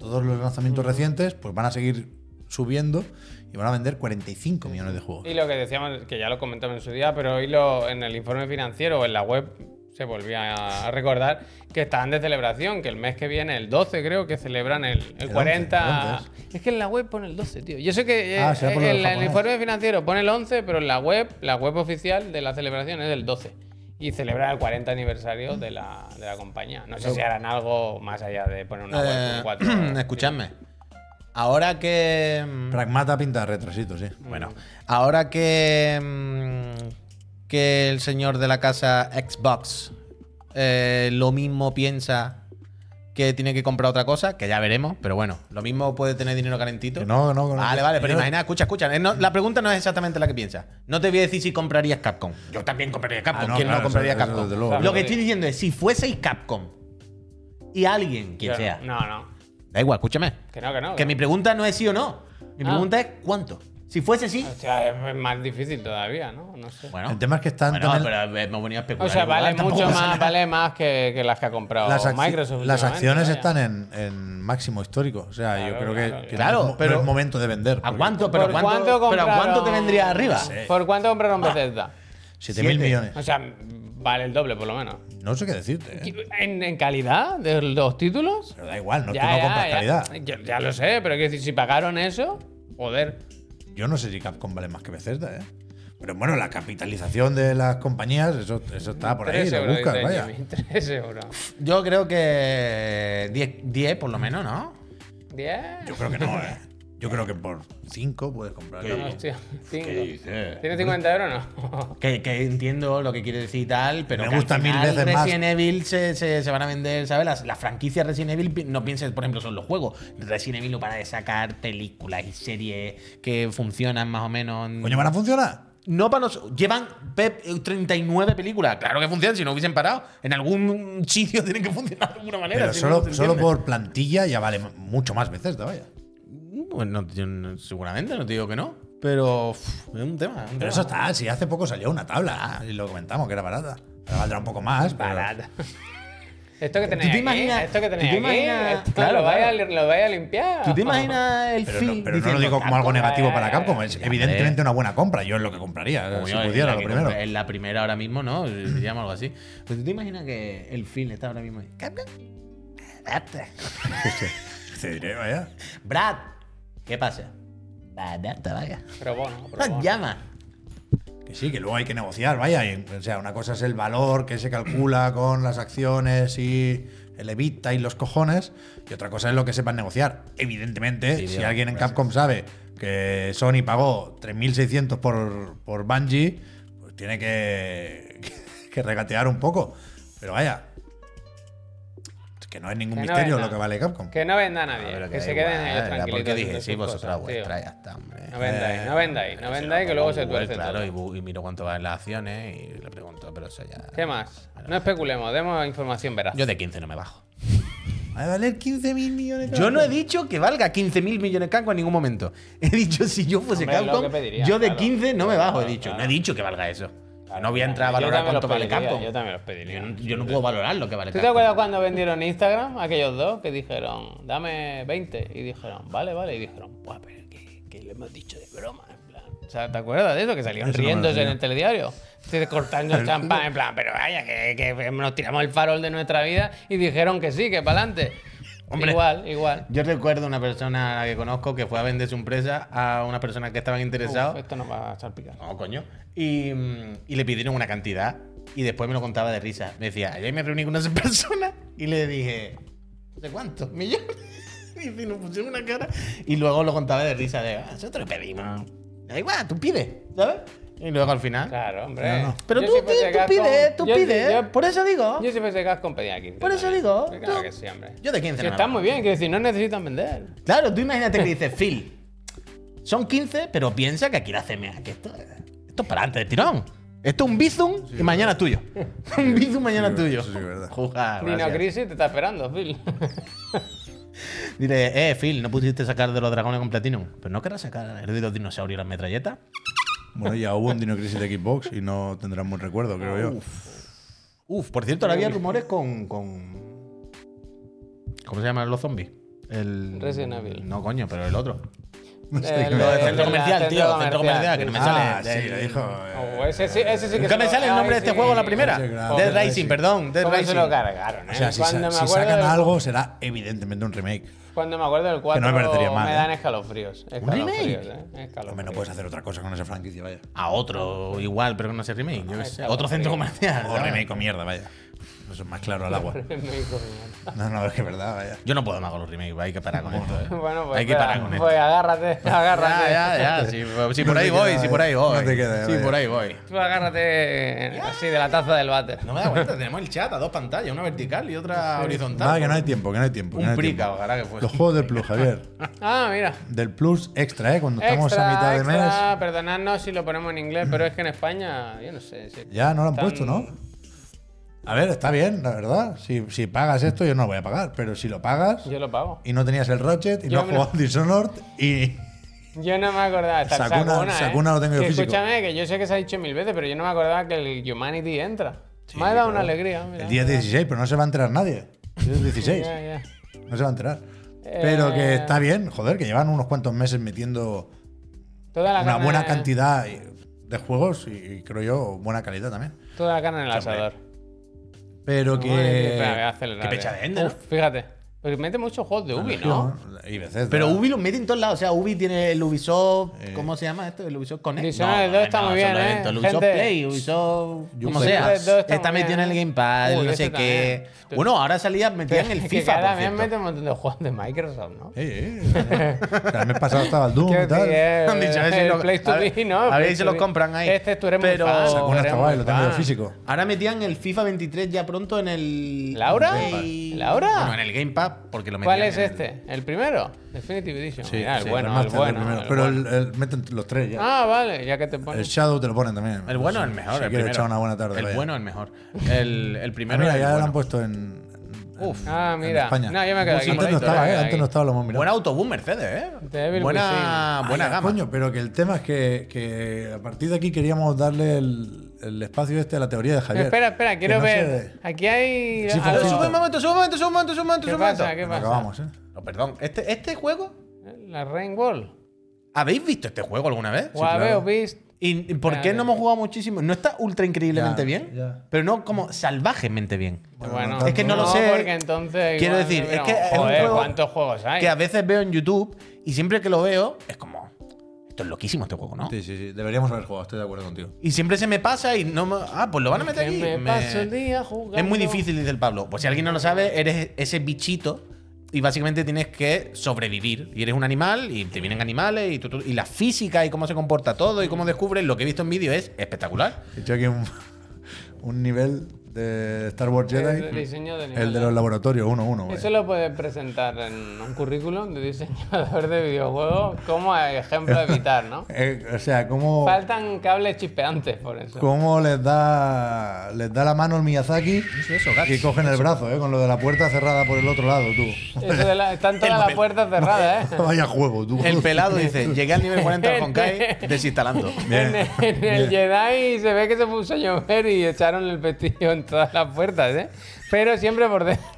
S1: todos los lanzamientos recientes, pues van a seguir subiendo y van a vender 45 millones de juegos.
S2: Y lo que decíamos, que ya lo comentamos en su día, pero hoy lo, en el informe financiero o en la web se volvía a recordar que están de celebración, que el mes que viene, el 12 creo, que celebran el, el 40...
S1: el 11
S2: es que en la web pone el 12, tío. Yo sé que eh,
S1: Ah, será por lo del
S2: el, el
S1: japonés.
S2: informe financiero pone el 11, pero en la web, la web oficial de la celebración es el 12. Y celebra el 40 aniversario de la, de la compañía. No sé si harán algo más allá de poner una web
S3: Eh,
S2: con Ah, cuatro...
S3: escuchadme. Ahora que. mm,
S1: Pragmata pinta de retrasito, sí.
S3: Bueno, ahora que. mm, Que el señor de la casa Xbox eh, lo mismo piensa que tiene que comprar otra cosa, que ya veremos, pero bueno, lo mismo puede tener dinero calentito.
S1: Que no, no, que no.
S3: Vale, vale, pero
S1: Yo-
S3: imagina, escucha, escucha. eh, no- la pregunta no es exactamente la que piensas. No te voy a decir si comprarías Capcom. Yo también compraría Capcom.
S1: Ah, no,
S3: ¿Quién
S1: claro,
S3: no compraría
S1: eso- eso
S3: Capcom?
S1: desde luego.
S3: Lo que estoy diciendo es, si fueseis Capcom y alguien, quien
S2: Yo-
S3: sea,
S2: No, no.
S3: da igual, escúchame.
S2: Que no, que no.
S3: Que mi pregunta no es sí o no. Mi
S2: Ah.
S3: pregunta es cuánto. Si fuese sí.
S2: O sea, es- es más difícil todavía, ¿no? No sé.
S3: Bueno,
S1: El tema es que están
S3: bueno,
S1: también-
S3: pero eh, hemos venido a especular.
S2: O sea,
S3: igual,
S2: vale
S3: tampoco
S2: mucho
S3: pasa
S2: más,
S3: nada.
S2: vale más que, que las que ha comprado
S1: Las, acci-
S2: Microsoft.
S1: las
S2: últimamente,
S1: acciones
S2: vaya.
S1: están en, en máximo histórico. O sea, yo
S2: Claro,
S1: creo
S2: claro,
S1: que, que
S3: claro.
S1: no, es, mo-
S3: Pero-
S1: no es momento de vender.
S3: ¿A
S1: porque
S3: cuánto? Pero,
S2: ¿Por
S3: cuánto, pero ¿a cuánto te
S2: compraron-
S3: vendría arriba?
S2: ¿Por cuánto compraron Bethesda?
S1: 7.000
S3: Siete.
S1: millones.
S2: O sea, vale el doble por lo menos.
S1: No sé qué decirte. ¿eh?
S2: ¿En, en calidad de los títulos?
S1: Pero da igual, no, tú no compras calidad.
S2: Ya, ya lo sé, pero quiero decir, si pagaron eso, joder.
S1: Yo no sé si Capcom vale más que Bethesda, ¿eh? Pero bueno, la capitalización de las compañías, eso, eso está por ahí,
S2: 3
S1: lo
S2: euros,
S1: buscas,
S2: dice
S1: vaya.
S2: Jimmy, 3 euros.
S3: Yo creo que 10, 10 por lo menos, ¿no?
S2: 10.
S1: Yo creo que no, ¿eh? Yo creo que por 5 puedes comprar.
S2: Hostia, 5. ¿Tiene 50 euros o no?
S3: Que, que entiendo lo que quiere decir y tal, pero
S1: Me
S3: que al
S1: gusta mil
S3: final
S1: veces más.
S3: Resident Evil se, se- se van a vender, ¿sabes? Las, las franquicias Resident Evil, pi- no pienses, por ejemplo, son los juegos. Resident Evil no para de sacar películas y series que funcionan más o menos. en-
S1: Coño, ¿van a funcionar?
S3: No para nosotros. Llevan Pep, eh, 39 películas. Claro que funcionan, si no hubiesen parado. En algún sitio tienen que funcionar de alguna manera.
S1: Pero
S3: si no, no
S1: solo,
S3: se
S1: solo
S3: entiende.
S1: por plantilla ya vale mucho más Bethesda, vaya.
S3: Pues no, yo no- seguramente, no te digo que no. Pero uf, es un tema. es
S1: Pero
S3: un tema.
S1: eso está, si hace poco salió una tabla, ah, y lo comentamos, que era barata. Ahora valdrá un poco más, pero-
S2: Barata. Esto que
S3: te
S2: tenéis aquí,
S3: imaginas-
S2: esto que
S3: tú te
S2: tenéis aquí,
S3: imaginas-
S2: esto
S3: claro,
S2: lo, vais a,
S3: claro.
S2: lo vais a limpiar.
S3: ¿Tú te imaginas el
S1: Pero,
S3: Phil
S1: no, pero no lo
S3: diciendo,
S1: digo como algo
S2: "Capcom,
S1: negativo
S2: eh,
S1: para Capcom, es
S3: eh,
S1: evidentemente una buena compra, yo es lo que compraría,
S3: Como
S1: si
S3: yo, en
S1: pudiera,
S3: la
S1: lo
S3: que
S1: primero.
S3: compré- En la primera ahora mismo, ¿no? Diríamos algo así. Pero tú te imaginas que el film está ahora mismo. ahí, "Capcom, barata".
S1: Te diré, vaya.
S3: Brad, ¿qué pasa? Barata, vaya.
S2: Pero bueno, pero
S3: Brad
S2: bueno.
S3: llama.
S1: Que sí, que luego hay que negociar, vaya. y, o sea, una cosa es el valor que se calcula con las acciones y el evita y los cojones, y otra cosa es lo que sepan negociar. Evidentemente, si
S3: bien,
S1: alguien en Capcom sabe que Sony pagó 3.600 por, por Bungie, pues tiene que, que regatear un poco. Pero vaya, es que no es ningún
S2: Que no
S1: misterio
S2: venga.
S1: lo que vale Capcom.
S2: Que no venda a nadie,
S3: Pero
S2: que,
S3: da
S2: se
S3: igual,
S2: queden ellos
S3: era
S2: tranquilitos.
S3: Porque
S2: haciendo
S3: dije, sí,
S2: sus
S3: vosotras
S2: cosas, tío.
S3: vuestras, ya está, hombre. Eh,
S2: No vendáis, no vendáis, no vendáis, que luego se
S3: Google,
S2: tuerce
S3: Claro, y,
S2: todo.
S3: bu- y miro cuánto van las acciones y le pregunto, pero eso ya.
S2: ¿Qué más? No especulemos, demos información veraz.
S3: Yo de 15 no me bajo.
S1: Va a valer 15 mil millones de
S3: Yo no he
S1: dólares.
S3: dicho que valga 15 mil millones Capcom en ningún momento. He dicho, si yo fuese
S2: Hombre, es lo
S3: Capcom,
S2: que pediría,
S3: yo de
S2: claro.
S3: 15 no me bajo, he
S2: Claro,
S3: dicho.
S2: claro.
S3: No he dicho que valga eso.
S2: Claro,
S3: no voy a entrar a
S2: yo
S3: valorar
S2: también los
S3: cuánto vale
S2: pediría,
S3: Capcom.
S2: Yo también los
S3: Yo
S2: pediría.
S3: no, yo no puedo valorar lo que vale
S2: ¿Tú te
S3: Capcom.
S2: acuerdas cuando vendieron Instagram aquellos dos que dijeron, dame 20? Y dijeron, vale, vale. Y dijeron, pues pero que, que le hemos dicho de broma, en plan. O sea, ¿te acuerdas de eso? Que salían
S1: Eso no me lo
S2: riéndose en
S1: sabía.
S2: el telediario. Se cortando el champán, en plan, pero vaya, que, que nos tiramos el farol de nuestra vida. Y dijeron que sí, que para adelante.
S3: Hombre.
S2: Igual, igual.
S3: Yo recuerdo una persona que conozco que fue a vender su empresa a una persona que estaban interesados.
S2: Uf, esto nos va a salpicar.
S3: No, coño. Y, mm, y le pidieron una cantidad y después me lo contaba de risa. Me decía, ayer me reuní con unas personas y le dije, no sé cuántos, millones. Y me pusieron una cara. Y luego lo contaba de risa, de, "Ah, nosotros pedimos. Da igual, tú pides, ¿sabes? Y luego al final.
S2: Claro, hombre.
S1: No, no.
S3: Pero
S2: Yo
S3: tú,
S2: si fuese
S3: pides, tú
S2: Gascon-
S3: pides, tú
S2: yo si-
S3: pides.
S2: yo-
S3: por eso digo.
S2: Yo si fuese Gascon pedía 15.
S3: Por eso
S2: también.
S3: digo,
S2: Sí, Claro
S3: tú-
S2: que sí, hombre.
S3: Yo de 15
S2: Si
S3: no me
S2: están
S3: bajo.
S2: muy bien, quiero decir, no necesitan vender.
S3: Claro, tú imagínate que dices, Phil, son 15, pero piensa que aquí la CMA, que esto, esto es para antes de tirón. Esto es un bizum y mañana es tuyo. un bizum mañana es
S1: sí,
S3: tuyo.
S1: eso sí es verdad.
S3: Juja,
S2: Dino
S3: gracias.
S2: Crisis te está esperando, Phil.
S3: Dile, eh, Phil, ¿no pudiste sacar de los dragones con Platinum? Pero no querrás sacar el de los dinosaurios y las metralletas.
S1: Bueno, ya hubo un Dino Crisis de Xbox y no tendrán buen recuerdo, creo yo.
S3: Uf, por cierto, ahora había rumores con, con. ¿Cómo se llaman los zombies? El.
S2: Resident Evil.
S3: No, coño, pero el otro.
S1: No sé qué
S2: El
S1: me
S2: Eh, de-
S1: va a
S3: El
S1: decir.
S3: centro comercial,
S2: centro
S3: tío. El centro comercial,
S2: comercial,
S3: que no me
S2: sí.
S3: sale.
S1: Ah, sí,
S3: del-
S1: lo dijo. eh.
S2: Oh, ese, sí, ese sí que
S3: Nunca
S2: se
S3: me
S2: lo-
S3: sale el nombre de
S2: ay,
S3: este
S2: sí.
S3: juego, la primera.
S1: Sí, claro.
S3: Dead
S1: Dead
S3: Racing,
S1: Racing.
S3: perdón. Dead
S2: ¿Cómo
S3: Racing.
S2: se lo cargaron, eh?
S1: O sea, si,
S2: cuando
S1: sa-
S2: me
S1: si
S2: acuerdo
S1: sacan
S2: del-
S1: algo, será evidentemente un remake.
S2: Cuando me acuerdo del 4
S1: no me parecería mal,
S2: me
S1: ¿eh?
S2: dan escalofríos. escalofríos eh, escalofríos.
S1: Hombre, no puedes hacer otra cosa con esa franquicia, vaya.
S3: A otro igual, pero que no sea remake. yo qué sé.
S2: claro.
S3: Otro centro comercial.
S1: O
S3: ¿sabes?
S1: remake o mierda, vaya. Eso es más claro al agua.
S2: Me dijo mi madre.
S1: No, no, es que es verdad, vaya.
S3: Yo no puedo más con los remakes, hay que parar con esto. eh.
S2: Bueno, pues,
S3: hay que
S2: espera,
S3: parar con
S2: pues
S3: esto.
S2: agárrate, agárrate.
S3: Ya, ya, ya. Si, pues, si
S1: No
S3: por
S1: te
S3: ahí
S1: queda,
S3: voy, si por ahí
S1: eh.
S3: voy.
S1: No te queda,
S3: si
S1: vaya.
S3: por ahí voy.
S2: Tú agárrate así de la taza del váter.
S3: No me da cuenta, tenemos el chat a dos pantallas, una vertical y otra horizontal.
S1: Nada, que no
S2: ¿eh?
S1: hay tiempo, que no hay tiempo. que
S3: Un
S1: no hay
S3: prica,
S1: tiempo.
S3: ojalá que fuese.
S1: Los juegos del Plus, Javier.
S2: Ah, mira.
S1: Del Plus extra, ¿eh? Cuando estamos
S2: extra,
S1: a mitad de
S2: extra, perdonadnos si lo ponemos en inglés, pero es que en España, yo no sé. si-
S1: mes. Ya no lo han
S2: Tan-
S1: puesto, ¿no? A ver, está bien, la verdad. Si, si pagas esto, yo no lo voy a pagar. Pero si lo pagas
S2: Yo lo pago.
S1: y no tenías el Ratchet y
S2: Yo
S1: no has
S2: me lo-
S1: jugado Dishonored y.
S2: Yo no me acordaba. Está el
S1: Sakuna-
S2: Sakuna, ¿eh?
S1: Sakuna lo tengo yo
S2: Que
S1: físico.
S2: Escúchame, que yo sé que se ha dicho mil veces, pero yo no me acordaba que el Humanity entra. me ha dado una alegría. mira,
S1: El día es
S2: mira.
S1: 16, pero no se va a enterar nadie. El día es 16.
S2: Ya, ya.
S1: No se va a enterar. Pero que
S2: Eh.
S1: está bien, joder, que llevan unos cuantos meses metiendo
S2: Toda la
S1: una
S2: carne-
S1: buena cantidad de juegos y, y creo yo buena calidad también.
S2: Toda la carne en el
S1: Hombre,
S2: asador.
S1: Pero que.
S2: Madre, espera, voy a acelerar,
S3: que pecha
S2: eh.
S3: de Ender,
S2: Uf, Fíjate. Pero mete muchos juegos de Ubi, ¿no?
S1: Y Bethesda.
S3: Pero Ubi lo mete en todos lados. O sea, Ubi tiene el Ubisoft. ¿Cómo se llama esto? El Ubisoft Connect.
S2: Dishonored 2 está muy bien,
S3: son los
S2: ¿eh?
S3: eventos, El Ubisoft
S2: Gente.
S3: Play, Ubisoft.
S1: Yo
S3: Como
S1: sé.
S3: sea.
S2: Dishonored 2 está
S3: Está,
S2: muy
S3: metido en el Game
S2: bien.
S3: Pass,
S2: Uy,
S3: no
S2: este
S3: sé qué.
S2: también.
S3: Bueno, ahora salía, metían el
S2: Es que
S3: FIFA.
S2: cada
S3: por
S2: mes
S3: cierto.
S2: mete un montón de juegos de Microsoft, ¿no?
S1: Eh, eh. O sea, el mes pasado estaba el Doom
S2: Qué
S1: y tal.
S2: bien,
S3: Han dicho, a ver si
S2: eh, el
S3: lo-
S2: Play to
S3: a ver-
S2: be, ¿no?
S3: a ver
S2: Play
S3: si
S2: to
S3: los
S2: be.
S3: compran ahí.
S2: Este tú eres
S3: Pero-
S2: muy fan.
S3: Sacó
S1: Bueno,
S2: eres
S1: hasta
S2: muy
S1: guay, lo tengo yo
S2: fan.
S1: físico.
S3: Ahora metían el FIFA 23 ya pronto en el.
S2: ¿Laura?
S3: Play-
S2: ¿Laura?
S3: Bueno, en el Game Pass, porque lo metían.
S2: ¿Cuál es
S3: en el-
S2: este? ¿El primero? Definitive Edition. Mira, el
S1: sí,
S2: bueno, el
S1: remaster del
S2: bueno.
S1: primero.
S2: el
S1: pero
S2: bueno.
S1: el- el- meten los tres ya.
S2: Ah, vale, ya que te
S1: el
S2: pones.
S1: Shadow te lo ponen también.
S3: El bueno
S1: Si-
S3: es el mejor.
S1: Si
S3: el
S1: quieres
S3: primero.
S1: echar una buena tarde.
S3: El
S1: vaya.
S3: bueno es el mejor. El, el
S1: Ah,
S3: primero.
S1: mira,
S3: es
S1: ya
S3: el
S1: lo han
S3: bueno.
S1: puesto en. en-
S3: Uf.
S2: Ah,
S1: en
S2: mira.
S1: España.
S2: No, yo me quedo aquí.
S1: Antes no
S2: Yo me
S1: estaba,
S2: quedo
S1: ¿eh?
S2: aquí.
S1: Antes no estaba, lo hemos mirado.
S3: Buen autobús, Mercedes, ¿eh?
S2: Devil
S3: buena buena
S1: Ah, ya,
S3: gama.
S1: Coño, pero que el tema es que, que a partir de aquí queríamos darle el, el espacio este a la teoría de Javier.
S2: Espera, espera,
S1: Que
S2: quiero
S1: no
S2: ver.
S1: se-
S2: Aquí hay.
S1: Sí,
S2: Ah,
S3: A ver,
S1: Fofito.
S3: sube un momento, sube un momento, sube un momento, sube un momento,
S2: ¿Qué
S3: sube un momento.
S2: pasa? ¿Qué
S1: Bueno,
S2: pasa?
S1: acabamos, ¿eh?
S3: No, perdón. Este, este juego.
S2: La Rain Wall.
S3: ¿Habéis visto este juego alguna vez?
S2: O habéis visto.
S3: ¿Y y por qué
S2: Vale.
S3: no hemos jugado muchísimo? No está ultra increíblemente
S1: Ya,
S3: bien,
S1: ya.
S3: pero no como salvajemente bien.
S2: Bueno,
S1: Es que no lo
S3: sé.
S2: Porque entonces.
S3: Quiero
S2: igual
S3: decir, es
S2: hubiéramos-
S3: que es un
S2: Joder,
S3: juego
S2: ¿cuántos juegos hay?
S3: Que a veces veo en YouTube y siempre que lo veo es como, esto es loquísimo este juego, ¿no?
S1: Sí, sí, sí. Deberíamos haber jugado, estoy de acuerdo contigo.
S3: Y siempre se me pasa y no me... Ah, pues lo van a meter
S2: Que
S3: aquí.
S2: me
S3: Me-
S2: paso el día jugando.
S3: Es muy difícil, dice el Pablo. Pues si alguien no lo sabe, eres ese bichito y básicamente tienes que sobrevivir. Y eres un animal y te vienen animales y, tú- tú- y la física y cómo se comporta todo y cómo descubres, lo que he visto en vídeo es espectacular.
S1: He hecho aquí un, un nivel de Star Wars Jedi.
S2: El diseño de nivel
S1: El de
S2: dos.
S1: los laboratorios, uno, uno.
S2: Eso lo puedes presentar en un currículum de diseñador de videojuegos como ejemplo a evitar, ¿no?
S1: Eh, o sea, ¿cómo,
S2: Faltan cables chispeantes por eso.
S1: cómo les, da, les da la mano el Miyazaki
S3: es eso, Gats?
S1: y cogen el brazo, ¿eh? Con lo de la puerta cerrada por el otro lado, tú.
S2: Eso de la- están todas las puertas cerradas, ¿eh?
S1: Vaya juego, tú.
S3: El pelado dice, llegué al nivel 40 del Honkai desinstalando.
S1: Bien,
S2: En, en el Jedi se ve que se puso a llover y echaron el pestillo en todas las puertas, ¿eh? Pero siempre por dentro.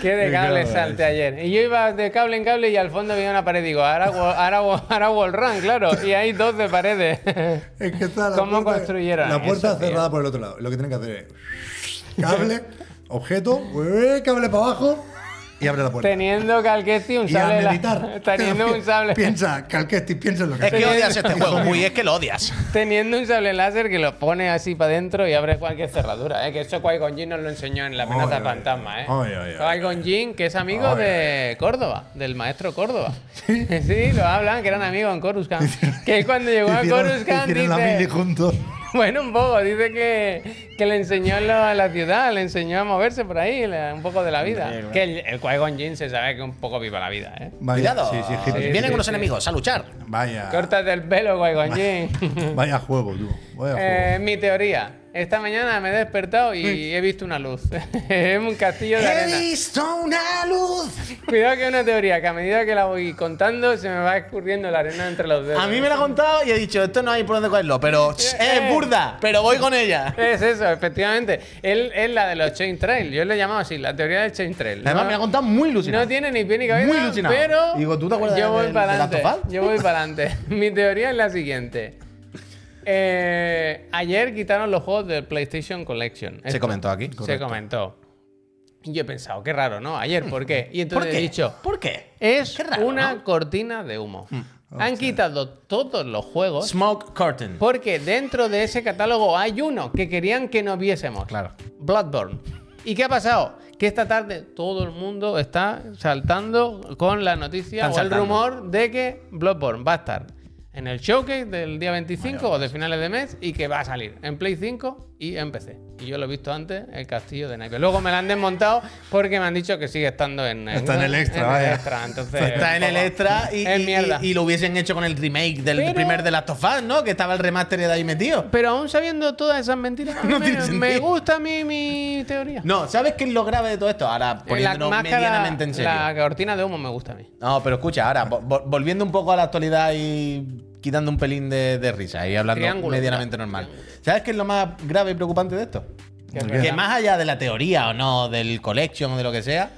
S2: Qué de cable salte ayer. Y yo iba de cable en cable y al fondo había una pared. Digo, ahora, wa- ahora, wa- ahora wall run, claro. Y hay 12 paredes.
S1: Es que está la
S2: ¿Cómo
S1: puerta,
S2: construyeron
S1: La puerta
S2: eso, tío?
S1: cerrada por el otro lado. Lo que tienen que hacer es cable, objeto, eh, cable para abajo y abre la puerta.
S2: Teniendo calquesti un
S1: y a
S2: sable. en la-
S1: meditar.
S2: Teniendo un sable.
S1: Piensa, Calquesti, piensa en lo que
S3: Es que
S1: haces.
S3: odias este juego, muy es que lo odias.
S2: Teniendo un sable láser que lo pone así para adentro y abre cualquier cerradura, ¿eh? Que eso Qui-Gon Jinn nos lo enseñó en La
S1: Oy,
S2: amenaza
S1: oy,
S2: fantasma, ¿eh?
S1: oy, oy, oy.
S2: Qui-Gon Jinn, que es amigo
S1: Oy,
S2: de Córdoba, del maestro Córdoba. Sí, lo hablan, que eran amigos en Coruscant. que cuando llegó a
S1: Hicieron-
S2: Coruscant
S1: hicieron la
S2: dice-
S1: mili juntos.
S2: Bueno, un poco, dice que, que le enseñó en la- la ciudad, le enseñó a moverse por ahí, la- un poco de la vida. Que el, el Qui-Gon Jinn se sabe que un poco viva la vida, ¿eh?
S1: Vaya,
S3: Cuidado,
S1: sí, sí, es que-
S3: vienen
S2: sí,
S3: unos
S2: sí.
S3: enemigos a luchar.
S1: vaya,
S2: Córtate el pelo, Qui-Gon Jinn.
S1: vaya juego, tú. Vaya
S2: Eh, mi teoría. Esta mañana me he despertado y he visto una luz. es un castillo de arena.
S3: visto una luz.
S2: Cuidado que es una teoría que a medida que la voy contando se me va escurriendo la arena entre los dedos.
S3: A mí me la ha contado y he dicho, esto no hay por dónde cogerlo, pero ch,
S2: eh.
S3: es burda, pero voy con ella.
S2: Es eso, efectivamente. Él es la de los chain trail. Yo le he llamado así, la teoría del chain trail.
S3: Además,
S2: No-
S3: me la ha contado muy ilusionado.
S2: No tiene ni pie ni cabeza,
S3: Muy ilusionado.
S2: pero
S3: Digo, ¿tú te acuerdas
S2: yo
S3: del-
S2: voy
S3: del
S2: para adelante.
S3: Last of Us?
S2: Yo voy para adelante. Mi teoría es la siguiente. Eh, ayer quitaron los juegos del PlayStation Collection.
S3: Se comentó aquí.
S2: Se
S3: Correcto.
S2: comentó. Y yo he pensado, qué raro, ¿no? Ayer, ¿por qué? Y entonces
S3: ¿Por qué?
S2: he dicho,
S3: ¿Por qué?
S2: es
S3: Qué raro,
S2: una
S3: ¿no? Mm.
S2: cortina de humo. Han quitado todos los juegos
S3: Smoke Curtain.
S2: porque dentro de ese catálogo hay uno que querían que no viésemos.
S3: Claro.
S2: Bloodborne. ¿Y qué ha pasado? Que esta tarde todo el mundo está saltando con la noticia
S3: Están
S2: o
S3: saltando.
S2: el rumor de que Bloodborne va a estar en el showcase del día 25 o de finales de mes y que va a salir en Play 5 y en PC. Y yo lo he visto antes, el castillo de Naipes. Luego me lo han desmontado porque me han dicho que sigue estando en,
S1: Está en el extra,
S2: en el
S1: vaya.
S2: extra, entonces,
S3: Pues Está en el extra y,
S2: Es
S3: y-
S2: mierda.
S3: y- y lo hubiesen hecho con el remake del
S2: Pero-
S3: primer de Last of Us, ¿no? Que estaba el remaster de ahí metido.
S2: Pero aún sabiendo todas esas mentiras, a mí
S3: No
S2: me,
S3: tiene
S2: me
S3: sentido.
S2: gusta a mí mi teoría.
S3: No, ¿sabes qué es lo grave de todo esto? Ahora, poniéndonos medianamente en serio.
S2: la cortina de humo me gusta a mí.
S3: No, pero escucha, ahora, vo- vo- volviendo un poco a la actualidad y quitando un pelín de, de risa y hablando
S2: Triángulo,
S3: medianamente
S2: claro.
S3: normal. ¿Sabes qué es lo más grave y preocupante de esto?
S2: Que es
S3: Que
S2: verdad.
S3: más allá de la teoría o no, del collection o de lo que sea,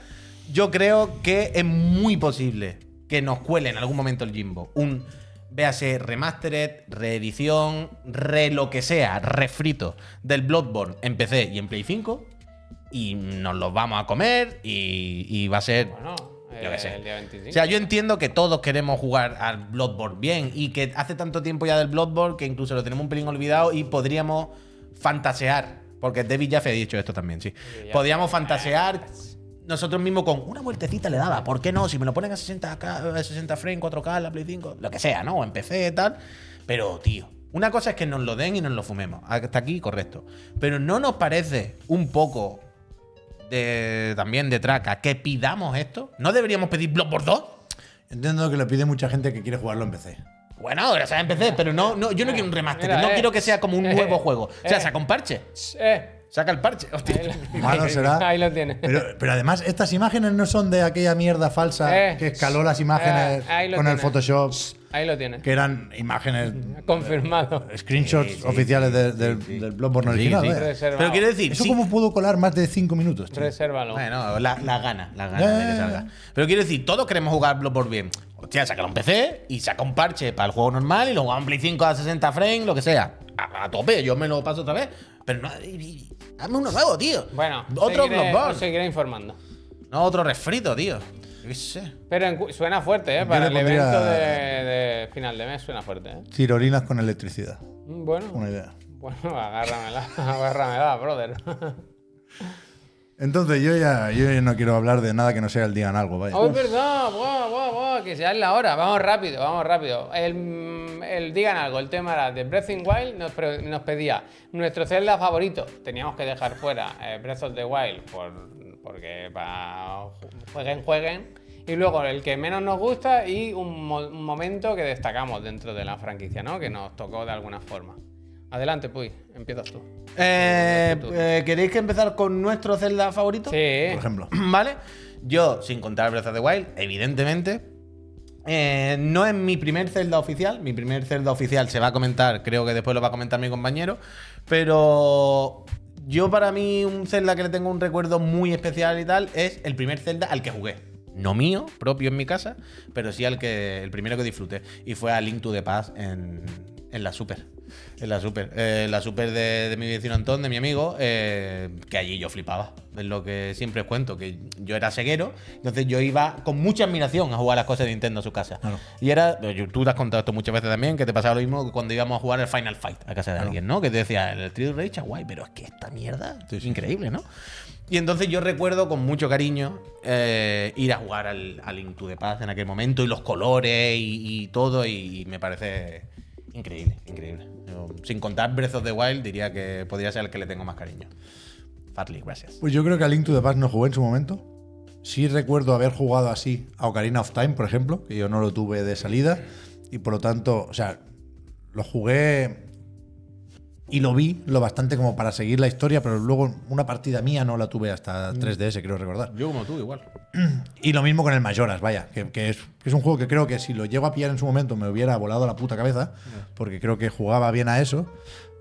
S3: yo creo que es muy posible que nos cuele en algún momento el Jimbo. Un, véase, remastered, reedición, re lo que sea, refrito del Bloodborne en PC y en Play 5. Y nos los vamos a comer y, y va a ser
S2: Bueno,
S3: Yo qué
S2: eh,
S3: sé.
S2: el día 25.
S3: o sea, yo entiendo que todos queremos jugar al Bloodborne bien y que hace tanto tiempo ya del Bloodborne que incluso lo tenemos un pelín olvidado y podríamos fantasear. Porque David Jaffe ha dicho esto también, sí. Podríamos fantasear nosotros mismos con una vueltecita le daba. ¿Por qué no? Si me lo ponen a 60, a 60 frames, 4K, la Play 5, lo que sea, ¿no? O en PC y tal. Pero, tío, una cosa es que nos lo den y nos lo fumemos. Hasta aquí, correcto. Pero ¿no nos parece un poco de, también de traca que pidamos esto? ¿No deberíamos pedir Bloodborne 2?
S1: Entiendo que lo pide mucha gente que quiere jugarlo en PC.
S3: Bueno, ahora sea, en PC, pero no, no, yo no quiero un remaster,
S2: Mira,
S3: no
S2: eh,
S3: quiero que sea como un
S2: eh,
S3: nuevo juego. O sea,
S2: eh.
S3: saca un parche.
S2: Eh,
S3: Saca el parche. Hostia.
S2: ahí lo-
S1: Malo será.
S2: Ahí lo tienes.
S3: Eh,
S1: Pero, pero además, estas imágenes no son de aquella mierda falsa
S2: Eh,
S1: que escaló las imágenes
S2: eh, ahí lo
S1: con el
S2: tienes.
S1: Photoshop,
S2: Ahí lo tienes.
S1: que eran imágenes,
S2: Confirmado.
S3: eh,
S1: screenshots oficiales de- del, del Bloodborne original. vaya.
S2: Reservado.
S3: Pero quiero decir,
S1: ¿Eso
S3: sí-
S1: cómo pudo colar más de 5 minutos? tío?
S2: Resérvalo.
S3: Bueno, la, la gana, la gana
S1: Ya,
S3: de que
S1: ya, ya.
S3: salga. Pero quiero decir, todos queremos jugar Bloodborne bien. Hostia, saca un PC y saca un parche para el juego normal y lo jugamos en Play 5 a 60 frames, lo que sea. A, a tope, yo me lo paso otra vez. Pero no, y- y- hazme uno nuevo, tío.
S2: Bueno,
S3: otro
S2: seguiré- os
S3: Bloodborne.
S2: seguiré informando.
S3: No, otro refrito, tío. Yo qué sé.
S2: Pero en cu- suena fuerte, ¿eh?
S1: Yo
S2: Para
S1: le
S2: el
S1: pondría-
S2: evento de, de final de mes suena fuerte, ¿eh?
S1: Tirolinas con electricidad.
S2: Mm, Bueno,
S1: Una idea.
S2: bueno agárramela, agárramela, brother.
S1: Entonces yo ya, yo ya no quiero hablar de nada que no sea el digan algo, vaya.
S2: Oh, es verdad, guau, guau, guau, que ya es la hora. Vamos rápido, vamos rápido. El, el- digan algo, el tema era de Breath in Wild, nos, pre- nos pedía nuestro Zelda favorito. Teníamos que dejar fuera eh, Breath of the Wild, por- porque para jueguen, jueguen. Y luego el que menos nos gusta y un, mo- un momento que destacamos dentro de la franquicia, ¿no? Que nos tocó de alguna forma. Adelante, Puy, empiezas tú.
S3: Eh, eh, ¿Queréis que empezar con nuestro Zelda favorito?
S1: Por
S2: Sí,
S1: ejemplo.
S3: ¿Vale? Yo, sin contar Breath of the Wild, evidentemente. eh, no es mi primer Zelda oficial. Mi primer Zelda oficial se va a comentar, creo que después lo va a comentar mi compañero. Pero yo, para mí, un Zelda que le tengo un recuerdo muy especial y tal, es el primer Zelda al que jugué. No mío, propio en mi casa, pero sí al que. el primero que disfruté. Y fue a Link to the Past en, en la Super. En la super. eh, la super de, de mi vecino Antón, de mi amigo, eh, que allí yo flipaba. Es lo que siempre os cuento, que yo era ceguero, entonces yo iba con mucha admiración a jugar las cosas de Nintendo a su casa.
S1: Claro.
S3: Y era, yo- tú te has contado esto muchas veces también, que te pasaba lo mismo que cuando íbamos a jugar el Final Fight a casa de alguien, ¿no? Que te decía, el Street Rage está guay, pero es que esta mierda es increíble, ¿no? Y entonces yo recuerdo con mucho cariño eh, ir a jugar al, al Into the Paz en aquel momento y los colores y, y todo, y me parece... Increíble, increíble. Yo, sin contar Breath of the Wild, diría que podría ser el que le tengo más cariño. Farley, gracias.
S1: Pues yo creo que a Link to the Past no jugué en su momento. Sí recuerdo haber jugado así a Ocarina of Time, por ejemplo, que yo no lo tuve de salida. Y por lo tanto, o sea, lo jugué y lo vi lo bastante como para seguir la historia, pero luego una partida mía no la tuve hasta 3DS, creo recordar.
S3: Yo como tú, igual.
S1: Y lo mismo con el Mayoras, vaya, que, que es, que es un juego que creo que si lo llego a pillar en su momento me hubiera volado la puta cabeza, porque creo que jugaba bien a eso.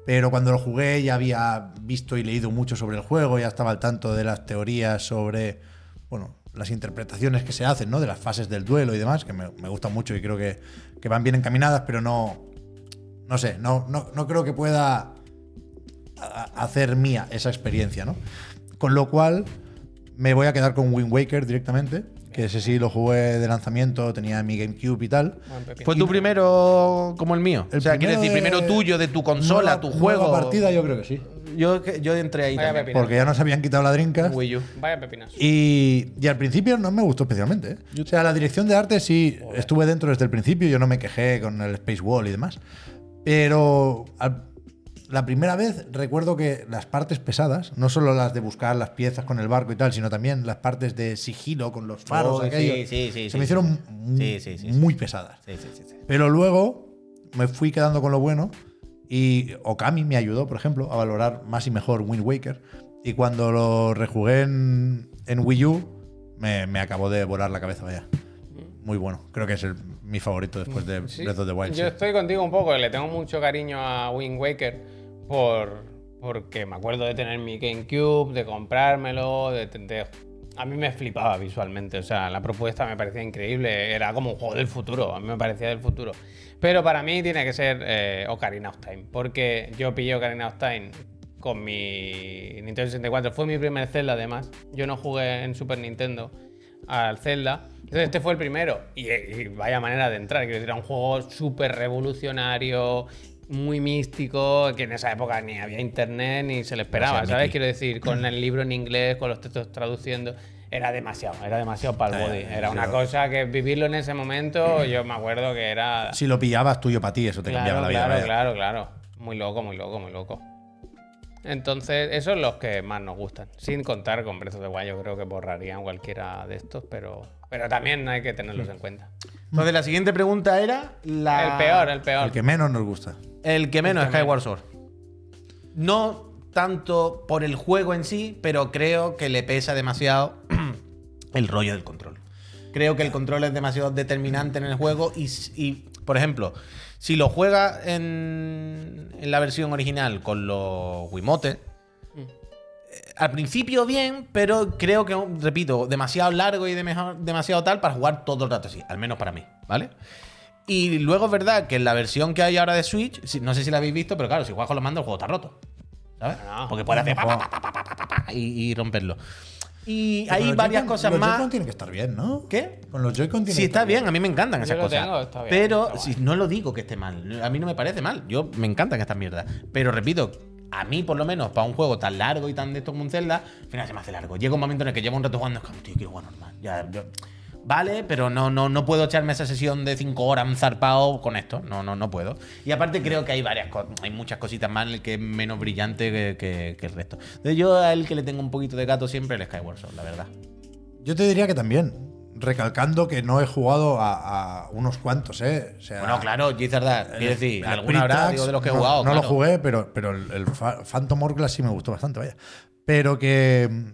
S1: Pero cuando lo jugué ya había visto y leído mucho sobre el juego, ya estaba al tanto de las teorías sobre, bueno, las interpretaciones que se hacen, ¿no? De las fases del duelo y demás, que me, me gustan mucho y creo que, que van bien encaminadas, pero no, no sé, no, no, no creo que pueda a- a- hacer mía esa experiencia, ¿no? Con lo cual, me voy a quedar con Wind Waker directamente, que ese sí lo jugué de lanzamiento, tenía mi GameCube y tal.
S2: buen pepino.
S3: ¿Fue tu primero como el mío?
S1: El
S3: o sea, quiero decir,
S1: primero de-
S3: primero tuyo, de tu consola,
S1: Nueva-
S3: tu
S1: nueva
S3: juego.
S1: partida, yo creo que sí.
S3: Yo, yo entré ahí
S2: Vaya
S3: también.
S2: pepino.
S1: Porque ya nos habían quitado la drinka.
S3: Wii U.
S2: Vaya pepinas.
S1: Y, y al principio no me gustó especialmente. ¿eh? O sea, la dirección de arte sí estuve dentro desde el principio, yo no me quejé con el Space Wall y demás. Pero al- la primera vez recuerdo que las partes pesadas, no solo las de buscar las piezas con el barco y tal, sino también las partes de sigilo con los faros,
S3: Oh, sí,
S1: aquellos,
S3: sí, sí,
S1: se
S3: sí,
S1: me
S3: sí.
S1: hicieron mu-
S3: Sí, sí, sí, sí.
S1: muy pesadas.
S3: Sí, sí, sí, sí.
S1: Pero luego me fui quedando con lo bueno y Okami me ayudó, por ejemplo, a valorar más y mejor Wind Waker. Y cuando lo rejugué en, en Wii U, me, me acabó de volar la cabeza, vaya. Muy bueno. Creo que es el- mi favorito después de
S2: Sí,
S1: Breath of the Wild.
S2: Yo
S1: sí.
S2: estoy contigo un poco, le tengo mucho cariño a Wind Waker por, porque me acuerdo de tener mi GameCube, de comprármelo, de, de- a mí me flipaba visualmente, o sea, la propuesta me parecía increíble, era como un juego del futuro, a mí me parecía del futuro. Pero para mí tiene que ser eh, Ocarina of Time, porque yo pillé Ocarina of Time con mi Nintendo 64, fue mi primer Zelda además, yo no jugué en Super Nintendo al Zelda. Entonces este fue el primero. Y, y vaya manera de entrar. Quiero decir, era un juego súper revolucionario, muy místico, que en esa época ni había internet ni se le esperaba,
S3: Gracias,
S2: ¿sabes?
S3: Miki.
S2: Quiero decir, con el libro en inglés, con los textos traduciendo. Era demasiado, era demasiado para el
S1: Ya,
S2: body.
S1: ya, ya,
S2: Era una
S1: yo-
S2: cosa que vivirlo en ese momento, yo me acuerdo que era.
S1: Si lo pillabas tuyo para ti, eso te cambiaba la vida.
S2: Claro,
S1: vaya.
S2: claro, claro. Muy loco, muy loco, muy loco. Entonces, esos son los que más nos gustan. Sin contar con Breath of the Wild, yo creo que borrarían cualquiera de estos, pero, pero también hay que tenerlos
S1: Hmm.
S2: en cuenta.
S3: Entonces, la siguiente pregunta era. La...
S2: El peor, el peor.
S1: Ah, El que menos nos gusta.
S3: El que menos, Skyward Sword. No tanto por el juego en sí, pero creo que le pesa demasiado el rollo del control. Creo que el control es demasiado determinante en el juego y, s- y, por ejemplo, si lo juegas en, en la versión original con los Wiimotes, al principio bien, pero creo que, repito, demasiado largo y demeja- demasiado tal para jugar todo el rato así, al menos para mí, ¿vale? Y luego es verdad que en la versión que hay ahora de Switch, si- no sé si la habéis visto, pero claro, si juegas con los mandos, el juego está roto. ¿Sabes?
S2: No, no.
S3: Porque puedes hacer pa, pa, pa, pa, pa, pa, pa, pa, y, y romperlo. Y
S1: Pero
S3: hay
S1: los
S3: varias
S1: Joy-Con-
S3: cosas
S1: los
S3: más.
S1: Joy-Con tienen que estar bien, ¿no?
S3: ¿Qué?
S1: Con los Joy-Con tienen
S3: Sí,
S1: que
S3: está
S1: estar
S3: bien, a mí me encantan esas
S2: Yo lo
S3: cosas.
S2: tengo, está bien,
S3: pero
S2: está
S3: si
S2: guay.
S3: no lo digo que esté mal, a mí no me parece mal. Yo me encantan estas mierdas. Pero repito, a mí, por lo menos, para un juego tan largo y tan de esto como un Zelda, al final se me hace largo. Llega un momento en el que llevo un rato jugando, es que tío, quiero jugar normal. Ya, yo- vale, pero no, no, no puedo echarme esa sesión de 5 horas un zarpado con esto. No, no, no puedo. Y aparte creo que hay varias co- hay muchas cositas más en el que es menos brillante que, que- que el resto. Entonces yo a él que le tengo un poquito de gato siempre el Skyward Sword, la verdad.
S1: Yo te diría que también, recalcando que no he jugado a, a unos cuantos, ¿eh? O sea,
S3: Bueno, claro, Gizzard,
S1: Eh,
S3: Art, quiero decir,
S1: Al
S3: alguna habrá
S1: Pritax,
S3: digo, de los que he
S1: no-
S3: jugado.
S1: No,
S3: claro.
S1: lo jugué, pero, pero el, el Fa- Phantom Hourglass sí me gustó bastante, vaya. Pero que. mm,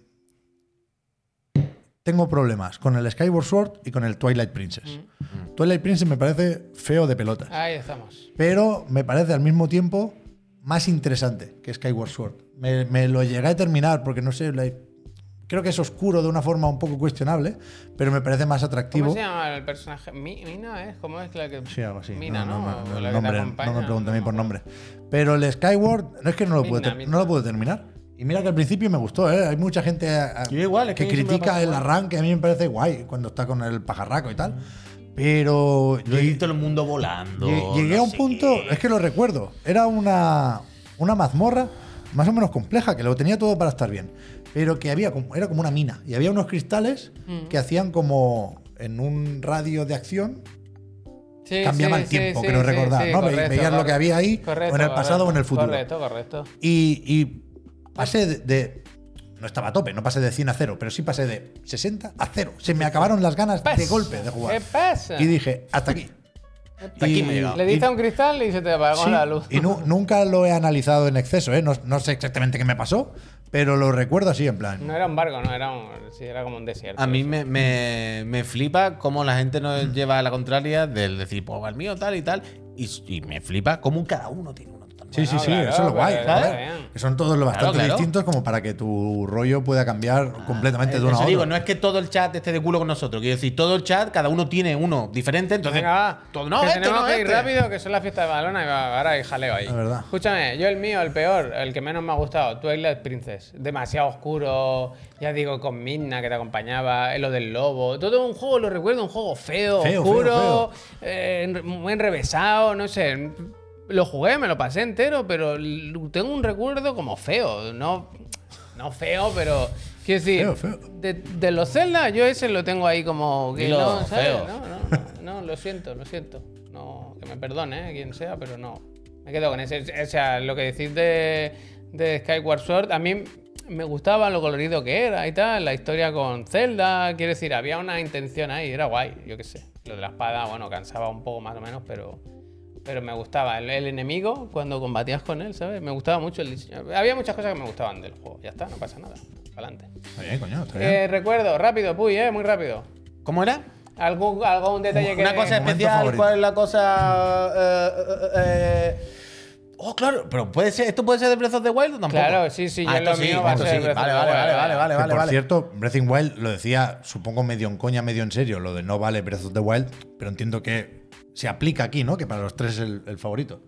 S1: Tengo problemas con el Skyward Sword y con el Twilight Princess.
S3: Mm.
S1: Twilight Princess me parece feo de pelota
S2: Ahí estamos.
S1: pero me parece al mismo tiempo más interesante que Skyward Sword. Me, me lo llegué a terminar porque no sé, like, creo que es oscuro de una forma un poco cuestionable, pero me parece más atractivo.
S2: ¿Cómo se llama el personaje? Mi- ¿Mina es? ¿Cómo es la que.?
S1: Sí, algo así.
S2: Mina,
S1: no,
S2: ¿no?
S1: no, no,
S2: O
S1: el
S2: la que te
S1: nombre,
S2: acompaña,
S1: no me pregunte a mí
S2: no
S1: por
S2: me
S1: nombre. Pero el Skyward, no es que no lo,
S2: Midna,
S1: pude, ter-
S2: Midna.
S1: no lo pude terminar. Y mira que al principio me gustó, ¿eh? hay mucha gente a- a-
S3: Yo igual, es que
S1: que,
S3: a mí siempre me
S1: critica
S3: pasa
S1: el
S3: igual.
S1: arranque, a mí me parece guay cuando está con el pajarraco y tal. Pero
S3: Yo he visto el mundo volando.
S1: Lle- Llegué
S3: no
S1: a un
S3: sé
S1: punto,
S3: qué.
S1: es que lo recuerdo, era una, una mazmorra más o menos compleja, que lo tenía todo para estar bien, pero que había como, era como una mina y había unos cristales
S3: Mm.
S1: que hacían como en un radio de acción,
S2: Sí,
S1: cambiaban
S2: sí, sí,
S1: tiempo,
S2: sí,
S1: creo
S2: sí,
S1: recordar,
S2: sí,
S1: ¿no? Ve-
S2: correcto,
S1: Veías lo que
S2: correcto.
S1: había ahí,
S2: Correcto,
S1: o en el pasado o en el
S2: correcto,
S1: futuro.
S2: Correcto, correcto.
S1: Y, y pasé de, de- No estaba a tope, no pasé de 100 a 0, pero sí pasé de 60 a 0. Se me acabaron las ganas de
S2: Pasa.
S1: golpe de jugar.
S2: ¿Qué pasa?
S1: Y dije, hasta aquí.
S3: Hasta aquí me he llegado.
S2: Le diste a un cristal y se te apagó
S1: Sí,
S2: la luz.
S1: Y nu- nunca lo he analizado en exceso, ¿eh? no, no sé exactamente qué me pasó, pero lo recuerdo así en plan.
S2: No era un barco, no, era un. Sí, era como un desierto.
S3: A mí
S2: eso.
S3: me, me- me flipa cómo la gente nos
S1: Mm.
S3: lleva a la contraria del decir, pues al mío tal y tal. Y, y me flipa cómo cada uno tiene uno. tan
S1: Sí, sí, sí,
S2: claro,
S1: eso es lo guay,
S2: pero
S1: ¿sabes?
S2: está bien.
S1: Que son todos lo bastante
S3: claro.
S1: distintos como para que tu rollo pueda cambiar completamente de uno a
S3: eh, Eso
S1: otro.
S3: digo, no es que todo el chat esté de culo con nosotros. Quiero decir, todo el chat, cada uno tiene uno diferente. Entonces,
S2: Venga, va.
S3: todo, no,
S2: que
S3: este,
S2: tenemos
S3: no,
S2: que ir
S3: este.
S2: rápido, que son las fiestas de Balona y va- ahora hay jaleo ahí.
S1: Es verdad.
S2: Escúchame, yo el mío, el peor, el que menos me ha gustado, Twilight Princess. Demasiado oscuro, ya digo, con Midna que te acompañaba, eh, lo del lobo. Todo un juego, lo recuerdo, un juego feo,
S1: Feo,
S2: oscuro, eh, enre- muy enrevesado, no sé. Lo jugué, me lo pasé entero, pero l- tengo un recuerdo como feo. No, no feo, pero. Quiero decir,
S1: Feo, feo.
S2: De, de los Zelda, yo ese lo tengo ahí como que
S3: Dilo,
S2: no, ¿sabes?
S3: feo.
S2: No, no, no, no, lo siento, lo siento. No, que me perdone, eh, quien sea, pero no. Me quedo con ese. O sea, lo que decís de, de Skyward Sword, a mí me gustaba lo colorido que era y tal, la historia con Zelda, quiero decir, había una intención ahí, era guay, yo qué sé. Lo de la espada, bueno, cansaba un poco más o menos, pero, pero me gustaba. El, el enemigo, cuando combatías con él, ¿sabes? Me gustaba mucho el diseño. Había muchas cosas que me gustaban del juego, ya está, no pasa nada. Adelante.
S1: Está bien, coño, está bien.
S2: Eh, recuerdo, rápido, Puy, eh, muy rápido.
S3: ¿Cómo era?
S2: Algún, algún detalle que.
S3: Una cosa
S1: momento
S3: especial,
S1: favorito.
S3: ¿cuál es la cosa? eh, eh, eh, eh? Oh, claro, pero puede ser, esto puede ser de Breath of the Wild o tampoco. Ah,
S2: Claro, sí, sí, yo
S3: esto
S2: lo mío va a
S3: esto
S2: ser
S3: sí.
S2: Breath of
S3: Vale,
S2: the
S3: vale,
S2: Wild.
S3: vale, vale, vale,
S1: Que,
S3: vale,
S1: por
S3: vale.
S1: cierto, Breath in Wild lo decía, supongo medio en coña, medio en serio, lo de no vale Breath of the Wild, pero entiendo que se aplica aquí, ¿no? Que para los tres es el, el favorito.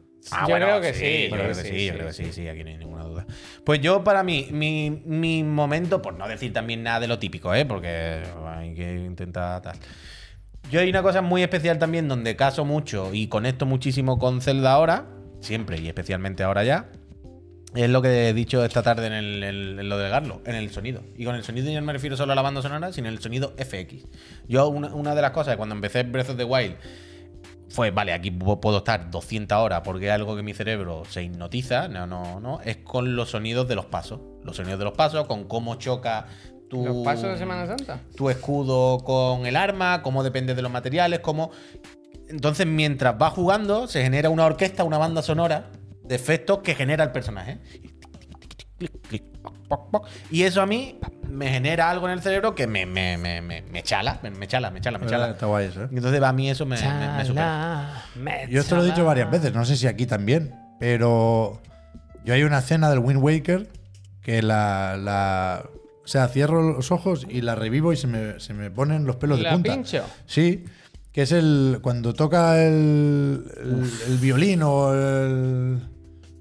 S2: Yo creo que sí,
S3: Yo creo que ah, sí, yo creo que sí, sí, aquí no hay ninguna duda. Pues yo, para mí, mi, mi momento, por no decir también nada de lo típico, ¿eh? porque hay que intentar tal. Yo hay una cosa muy especial también donde caso mucho y conecto muchísimo con Zelda ahora, siempre y especialmente ahora ya. Es lo que he dicho esta tarde en, el- en- en lo del Garlo, en el sonido. Y con el sonido yo no me refiero solo a la banda sonora, sino el sonido FX. Yo, una, una de las cosas, cuando empecé Breath of the Wild, fue, vale, aquí pu- puedo estar 200 horas porque es algo que mi cerebro se hipnotiza, no, no, no, es con los sonidos de los pasos. Los sonidos de los pasos, con cómo choca tu,
S1: Uh.
S2: Los pasos de Semana Santa.
S3: tu escudo con el arma, cómo depende de los materiales, cómo... Entonces, mientras va jugando, se genera una orquesta, una banda sonora de efectos que genera el personaje. Y eso a mí me genera algo en el cerebro que me, me, me, me, me chala, me, me chala, me chala, me
S1: ¿Verdad?
S3: chala.
S1: Está guay eso, ¿eh?
S3: Entonces, a mí eso me, me- me supera.
S1: Yo esto lo he dicho varias veces, no sé si aquí también, pero yo hay una escena del Wind Waker que la, la- o sea, cierro los ojos y la revivo y se me, se me ponen los pelos
S2: La
S1: de punta.
S2: pincho.
S1: Sí, que es el cuando toca el, el, el violín o el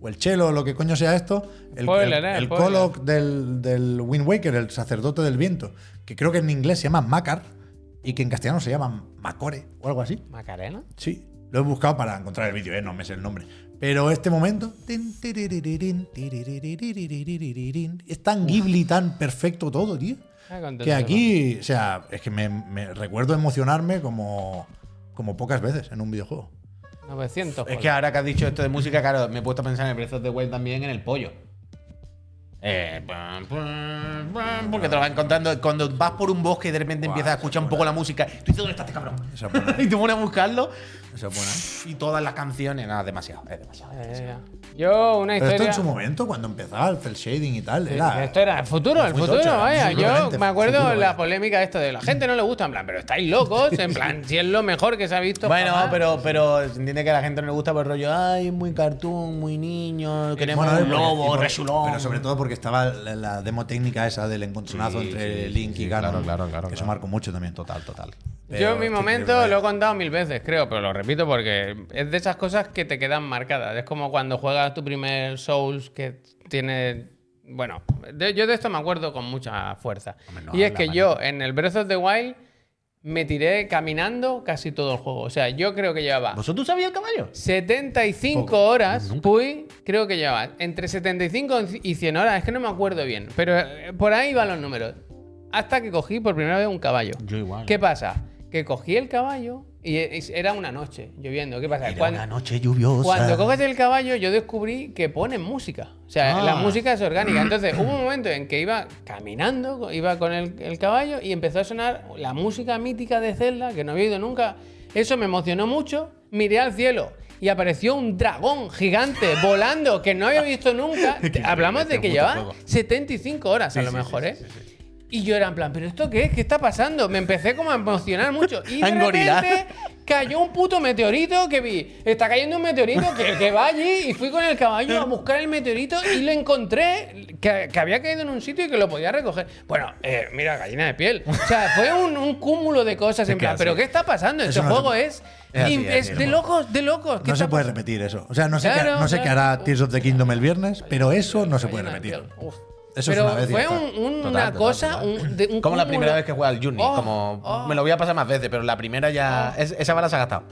S1: o el cello o lo que coño sea esto, el,
S2: Spoiler,
S1: el-
S2: eh,
S1: el
S2: spoiler.
S1: Kolok del, del Wind Waker, el sacerdote del viento, que creo que en inglés se llama Macar y que en castellano se llama Macore o algo así.
S2: ¿Macarena?
S1: Sí, lo he buscado para encontrar el vídeo, eh, no me sé el nombre. Pero este momento tin, tiriririn, tiririririririn, es tan Ghibli, tan perfecto todo, tío.
S2: Ah, contento,
S1: Que aquí, o sea, es que me, me- recuerdo emocionarme como, como pocas veces en un videojuego.
S2: con
S3: Es
S2: 900. joder.
S3: que ahora que has dicho esto de música, claro, me he puesto a pensar en el Breath of the Wild también en el pollo. Eh, pam, pam, pam, porque te lo vas encontrando. Cuando vas por un bosque y de repente empiezas a escuchar un poco la música, tú dices, ¿dónde está este cabrón?
S1: Esa es buena.
S3: y te pones a buscarlo
S1: Esa es ¿eh? buena.
S3: y todas las canciones. Nada, demasiado, es demasiado.
S2: Ya, ya, ya. Yo, una
S1: Pero esto
S2: historia.
S1: en su momento, cuando empezaba el cel shading y tal,
S2: Sí,
S1: era.
S2: Esto era el futuro, el
S1: muy
S2: futuro,
S1: tocho, era
S2: vaya.
S1: muy tocho,
S2: Yo me acuerdo
S1: futuro,
S2: la
S1: vaya.
S2: polémica de esto de la gente no le gusta, en plan, pero estáis locos, en plan, si es lo mejor que se ha visto.
S3: Bueno,
S2: jamás.
S3: pero, pero se entiende que a la gente no le gusta por el rollo, ay, muy cartoon, muy niño, queremos
S1: Bueno, ¿eh?
S3: un
S1: porque- y
S3: lobo,
S1: por-
S3: resulón.
S1: Pero sobre todo porque estaba la, la demo técnica esa del encontronazo
S3: Sí,
S1: entre
S3: sí,
S1: Link
S3: sí,
S1: y
S3: claro,
S1: Ganon.
S3: claro, claro,
S1: Que eso
S3: claro.
S1: marcó mucho también.
S3: Total, total.
S2: Yo
S1: Pero
S2: en mi
S1: es que
S2: momento
S1: creo
S2: lo he contado mil veces, creo, pero lo repito porque es de esas cosas que te quedan marcadas. Es como cuando juegas tu primer Souls que tiene. Bueno, de- yo de esto me acuerdo con mucha fuerza.
S3: Hombre, no
S2: y es
S3: habla,
S2: que yo en el Breath of the Wild me tiré caminando casi todo el juego. O sea, yo creo que llevaba
S3: ¿Vosotros sabíais el caballo?
S2: 75 horas, Puy, creo que llevaba. Entre 75 y 100 horas, es que no me acuerdo bien. Pero eh, por ahí van los números. Hasta que cogí por primera vez un caballo.
S3: Yo igual.
S2: ¿Qué pasa? Que cogí el caballo y eh, era una noche lloviendo. ¿Qué pasa?
S3: Era
S2: Cuando-
S3: una noche lluviosa.
S2: cuando coges el caballo, yo descubrí que ponen música. O sea,
S3: Ah.
S2: la música es orgánica. Entonces, hubo un momento en que iba caminando, iba con el, el caballo y empezó a sonar la música mítica de Zelda que no había oído nunca. Eso me emocionó mucho. Miré al cielo y apareció un dragón gigante volando que no había visto nunca. Te- Hablamos de
S3: este
S2: que
S3: puto
S2: llevaba
S3: juego.
S2: 75 horas a lo mejor, ¿eh? Y yo era en plan, ¿pero esto qué es? ¿Qué está pasando? Me empecé como a emocionar mucho. Y
S3: A
S2: de
S3: engorilar.
S2: repente cayó un puto meteorito que vi. Está cayendo un meteorito que, que va allí y fui con el caballo a buscar el meteorito y lo encontré que, que había caído en un sitio y que lo podía recoger. Bueno, eh, mira, gallina de piel. O sea, fue un, un cúmulo de cosas en
S3: que
S2: plan,
S3: así
S2: ¿pero
S3: es.
S2: qué está pasando?
S1: Eso
S2: Este
S1: no se
S2: juego
S1: puede-
S2: es,
S3: es así,
S2: im-
S3: es así,
S2: es de
S3: es
S2: locos, de locos. ¿Qué
S1: No se
S2: está
S1: puede
S2: pasando?
S1: repetir eso. O sea, no sé,
S2: Claro,
S1: qué, no sé qué
S2: claro.
S1: hará Tears of the Kingdom el viernes, pero eso no se puede
S2: Gallina de
S1: repetir.
S2: piel. Uf.
S1: Eso
S2: Pero
S1: es una vez y
S2: fue
S1: ya está.
S2: un- un-
S3: Total,
S2: una
S3: total,
S2: cosa,
S3: total.
S2: un, de- un
S3: Como la primera
S2: cúmulo-
S3: vez que juega al Juni.
S2: Oh,
S3: como
S2: oh.
S3: me lo voy a pasar más veces, pero la primera ya. es- esa bala se ha gastado.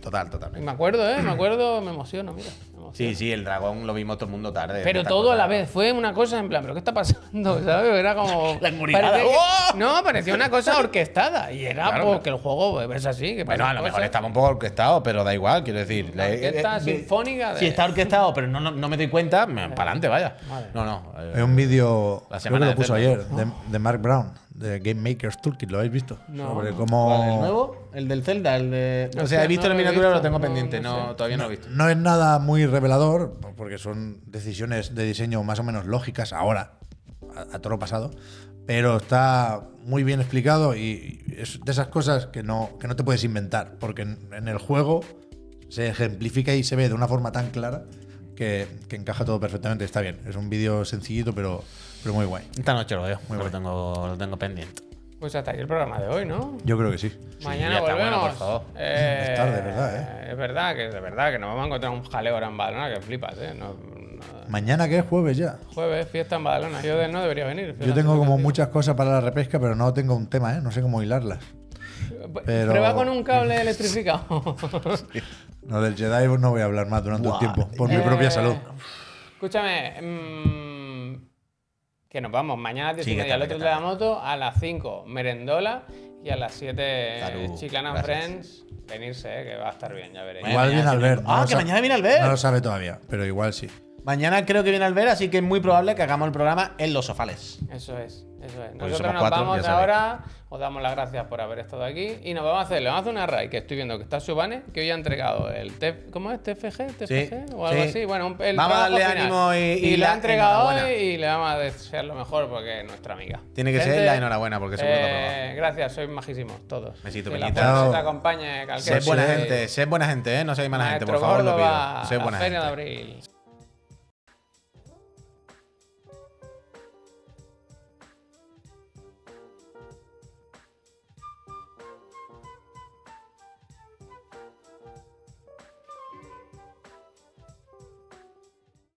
S3: Total,
S2: Y
S3: total.
S2: me acuerdo, ¿eh? Me acuerdo, me emociono, mira. me emociono.
S3: Sí, sí, el dragón lo vimos todo el mundo tarde.
S2: Pero
S3: Esta
S2: todo a la
S3: cosa-
S2: vez, fue una cosa en plan, ¿pero qué está pasando? ¿Sabes? Era como.
S3: La engurinada.
S2: parecía que-
S3: ¡Oh!
S2: No, parecía una cosa orquestada. Y era
S3: Claro,
S2: porque el juego es así. Que
S3: Bueno, a
S2: pasan
S3: lo
S2: cosas.
S3: mejor estaba un poco orquestado, pero da igual, quiero decir.
S2: Pues La
S3: eh, eh,
S2: orquesta
S3: eh,
S2: sinfónica de-
S3: Si está orquestado, pero no, no, no me doy cuenta, para adelante, vaya. No, no. eh,
S1: Hay un vídeo,
S3: La
S1: creo que
S3: semana
S1: lo
S3: de
S1: puso
S3: Zelda.
S1: ayer, de, de Mark Brown, de Game Makers Toolkit, ¿lo habéis visto?
S2: No.
S1: Sobre
S3: ¿cuál, ¿El
S1: cómo...
S3: nuevo? ¿El del Zelda? ¿El de.? O sea,
S2: Hostia,
S3: he visto
S2: no
S3: la
S2: lo he
S3: miniatura,
S2: visto,
S3: lo tengo
S2: no,
S3: pendiente.
S2: no
S3: No,
S2: sé.
S3: todavía no lo he visto.
S1: No es nada muy revelador, porque son decisiones de diseño más o menos lógicas ahora, a, a toro pasado, pero está muy bien explicado y es de esas cosas que no, que no te puedes inventar, porque en, en el juego se ejemplifica y se ve de una forma tan clara que, que encaja todo perfectamente. Está bien, es un vídeo sencillito, pero, pero muy guay.
S3: Esta noche lo veo,
S1: Muy
S3: lo
S1: guay.
S3: tengo, lo tengo pendiente.
S2: Pues hasta aquí el programa de hoy, ¿no?
S1: Yo creo que sí.
S2: Mañana
S3: ya está,
S2: volvemos.
S3: bueno, por favor.
S2: Eh,
S1: Es tarde, ¿verdad,
S3: eh?
S2: Es verdad que, de verdad que nos vamos a encontrar un jaleo ahora en Badalona que flipas, ¿eh? No- no-
S1: Mañana que es jueves ya.
S2: Jueves, fiesta en Badalona. Yo de- no debería venir.
S1: Yo tengo como muchas cosas para la repesca, pero no tengo un tema, ¿eh? No sé cómo hilarlas. pero-
S2: Pues, Prueba con un cable electrificado.
S1: No, del Jedi no voy a hablar más durante
S3: Buah.
S1: un tiempo, por mi propia
S2: Eh,
S1: salud.
S2: Escúchame, mm, que nos vamos. Mañana a 10
S3: Sí,
S2: y
S3: que
S2: media al
S3: tarde,
S2: otro
S3: que
S2: de la moto, a las 5 merendola y a las 7
S3: Salud,
S2: Chiclana
S3: gracias.
S2: Friends. Venirse, eh, que va a estar bien, ya veréis.
S3: Bueno.
S1: Igual viene
S3: mañana sí
S1: Albert.
S3: viene-
S1: no
S3: Ah,
S1: lo
S3: que
S1: sabe-
S3: mañana viene Albert.
S1: No lo sabe todavía, pero igual sí.
S3: Mañana creo que viene Albert, así que es muy probable que hagamos el programa en los sofales.
S2: Eso es, eso es.
S3: Porque
S2: Nosotros
S3: somos
S2: nos
S3: cuatro,
S2: vamos
S3: ya sabéis.
S2: ahora, os damos las gracias por haber estado aquí y nos vamos a hacer, le vamos a hacer una raid que estoy viendo que está Subane, que hoy ha entregado el TF, ¿cómo es? TFG, TFG o algo
S3: sí.
S2: así. Bueno, un- el
S3: Vamos a darle
S2: trabajo
S3: ánimo y- y
S2: le ha
S3: la-
S2: entregado hoy
S3: enhorabuena.
S2: y le vamos a desear lo mejor porque es nuestra amiga.
S3: Tiene que ser
S2: Gente,
S3: la enhorabuena, Ah, porque seguro que lo ha probado.
S2: eh, gracias, sois majísimos todos.
S3: Besito,
S2: que la
S3: Peñita.
S2: fuerza
S1: Chao.
S2: te acompañe, Calquera.
S3: Sed buena gente, sed buena gente, ¿eh? No seáis mala gente, por
S2: Maestro
S3: favor, lo
S2: Córdoba,
S3: pido. Sed
S2: la
S3: buena
S2: Feria de
S3: gente.
S2: abril.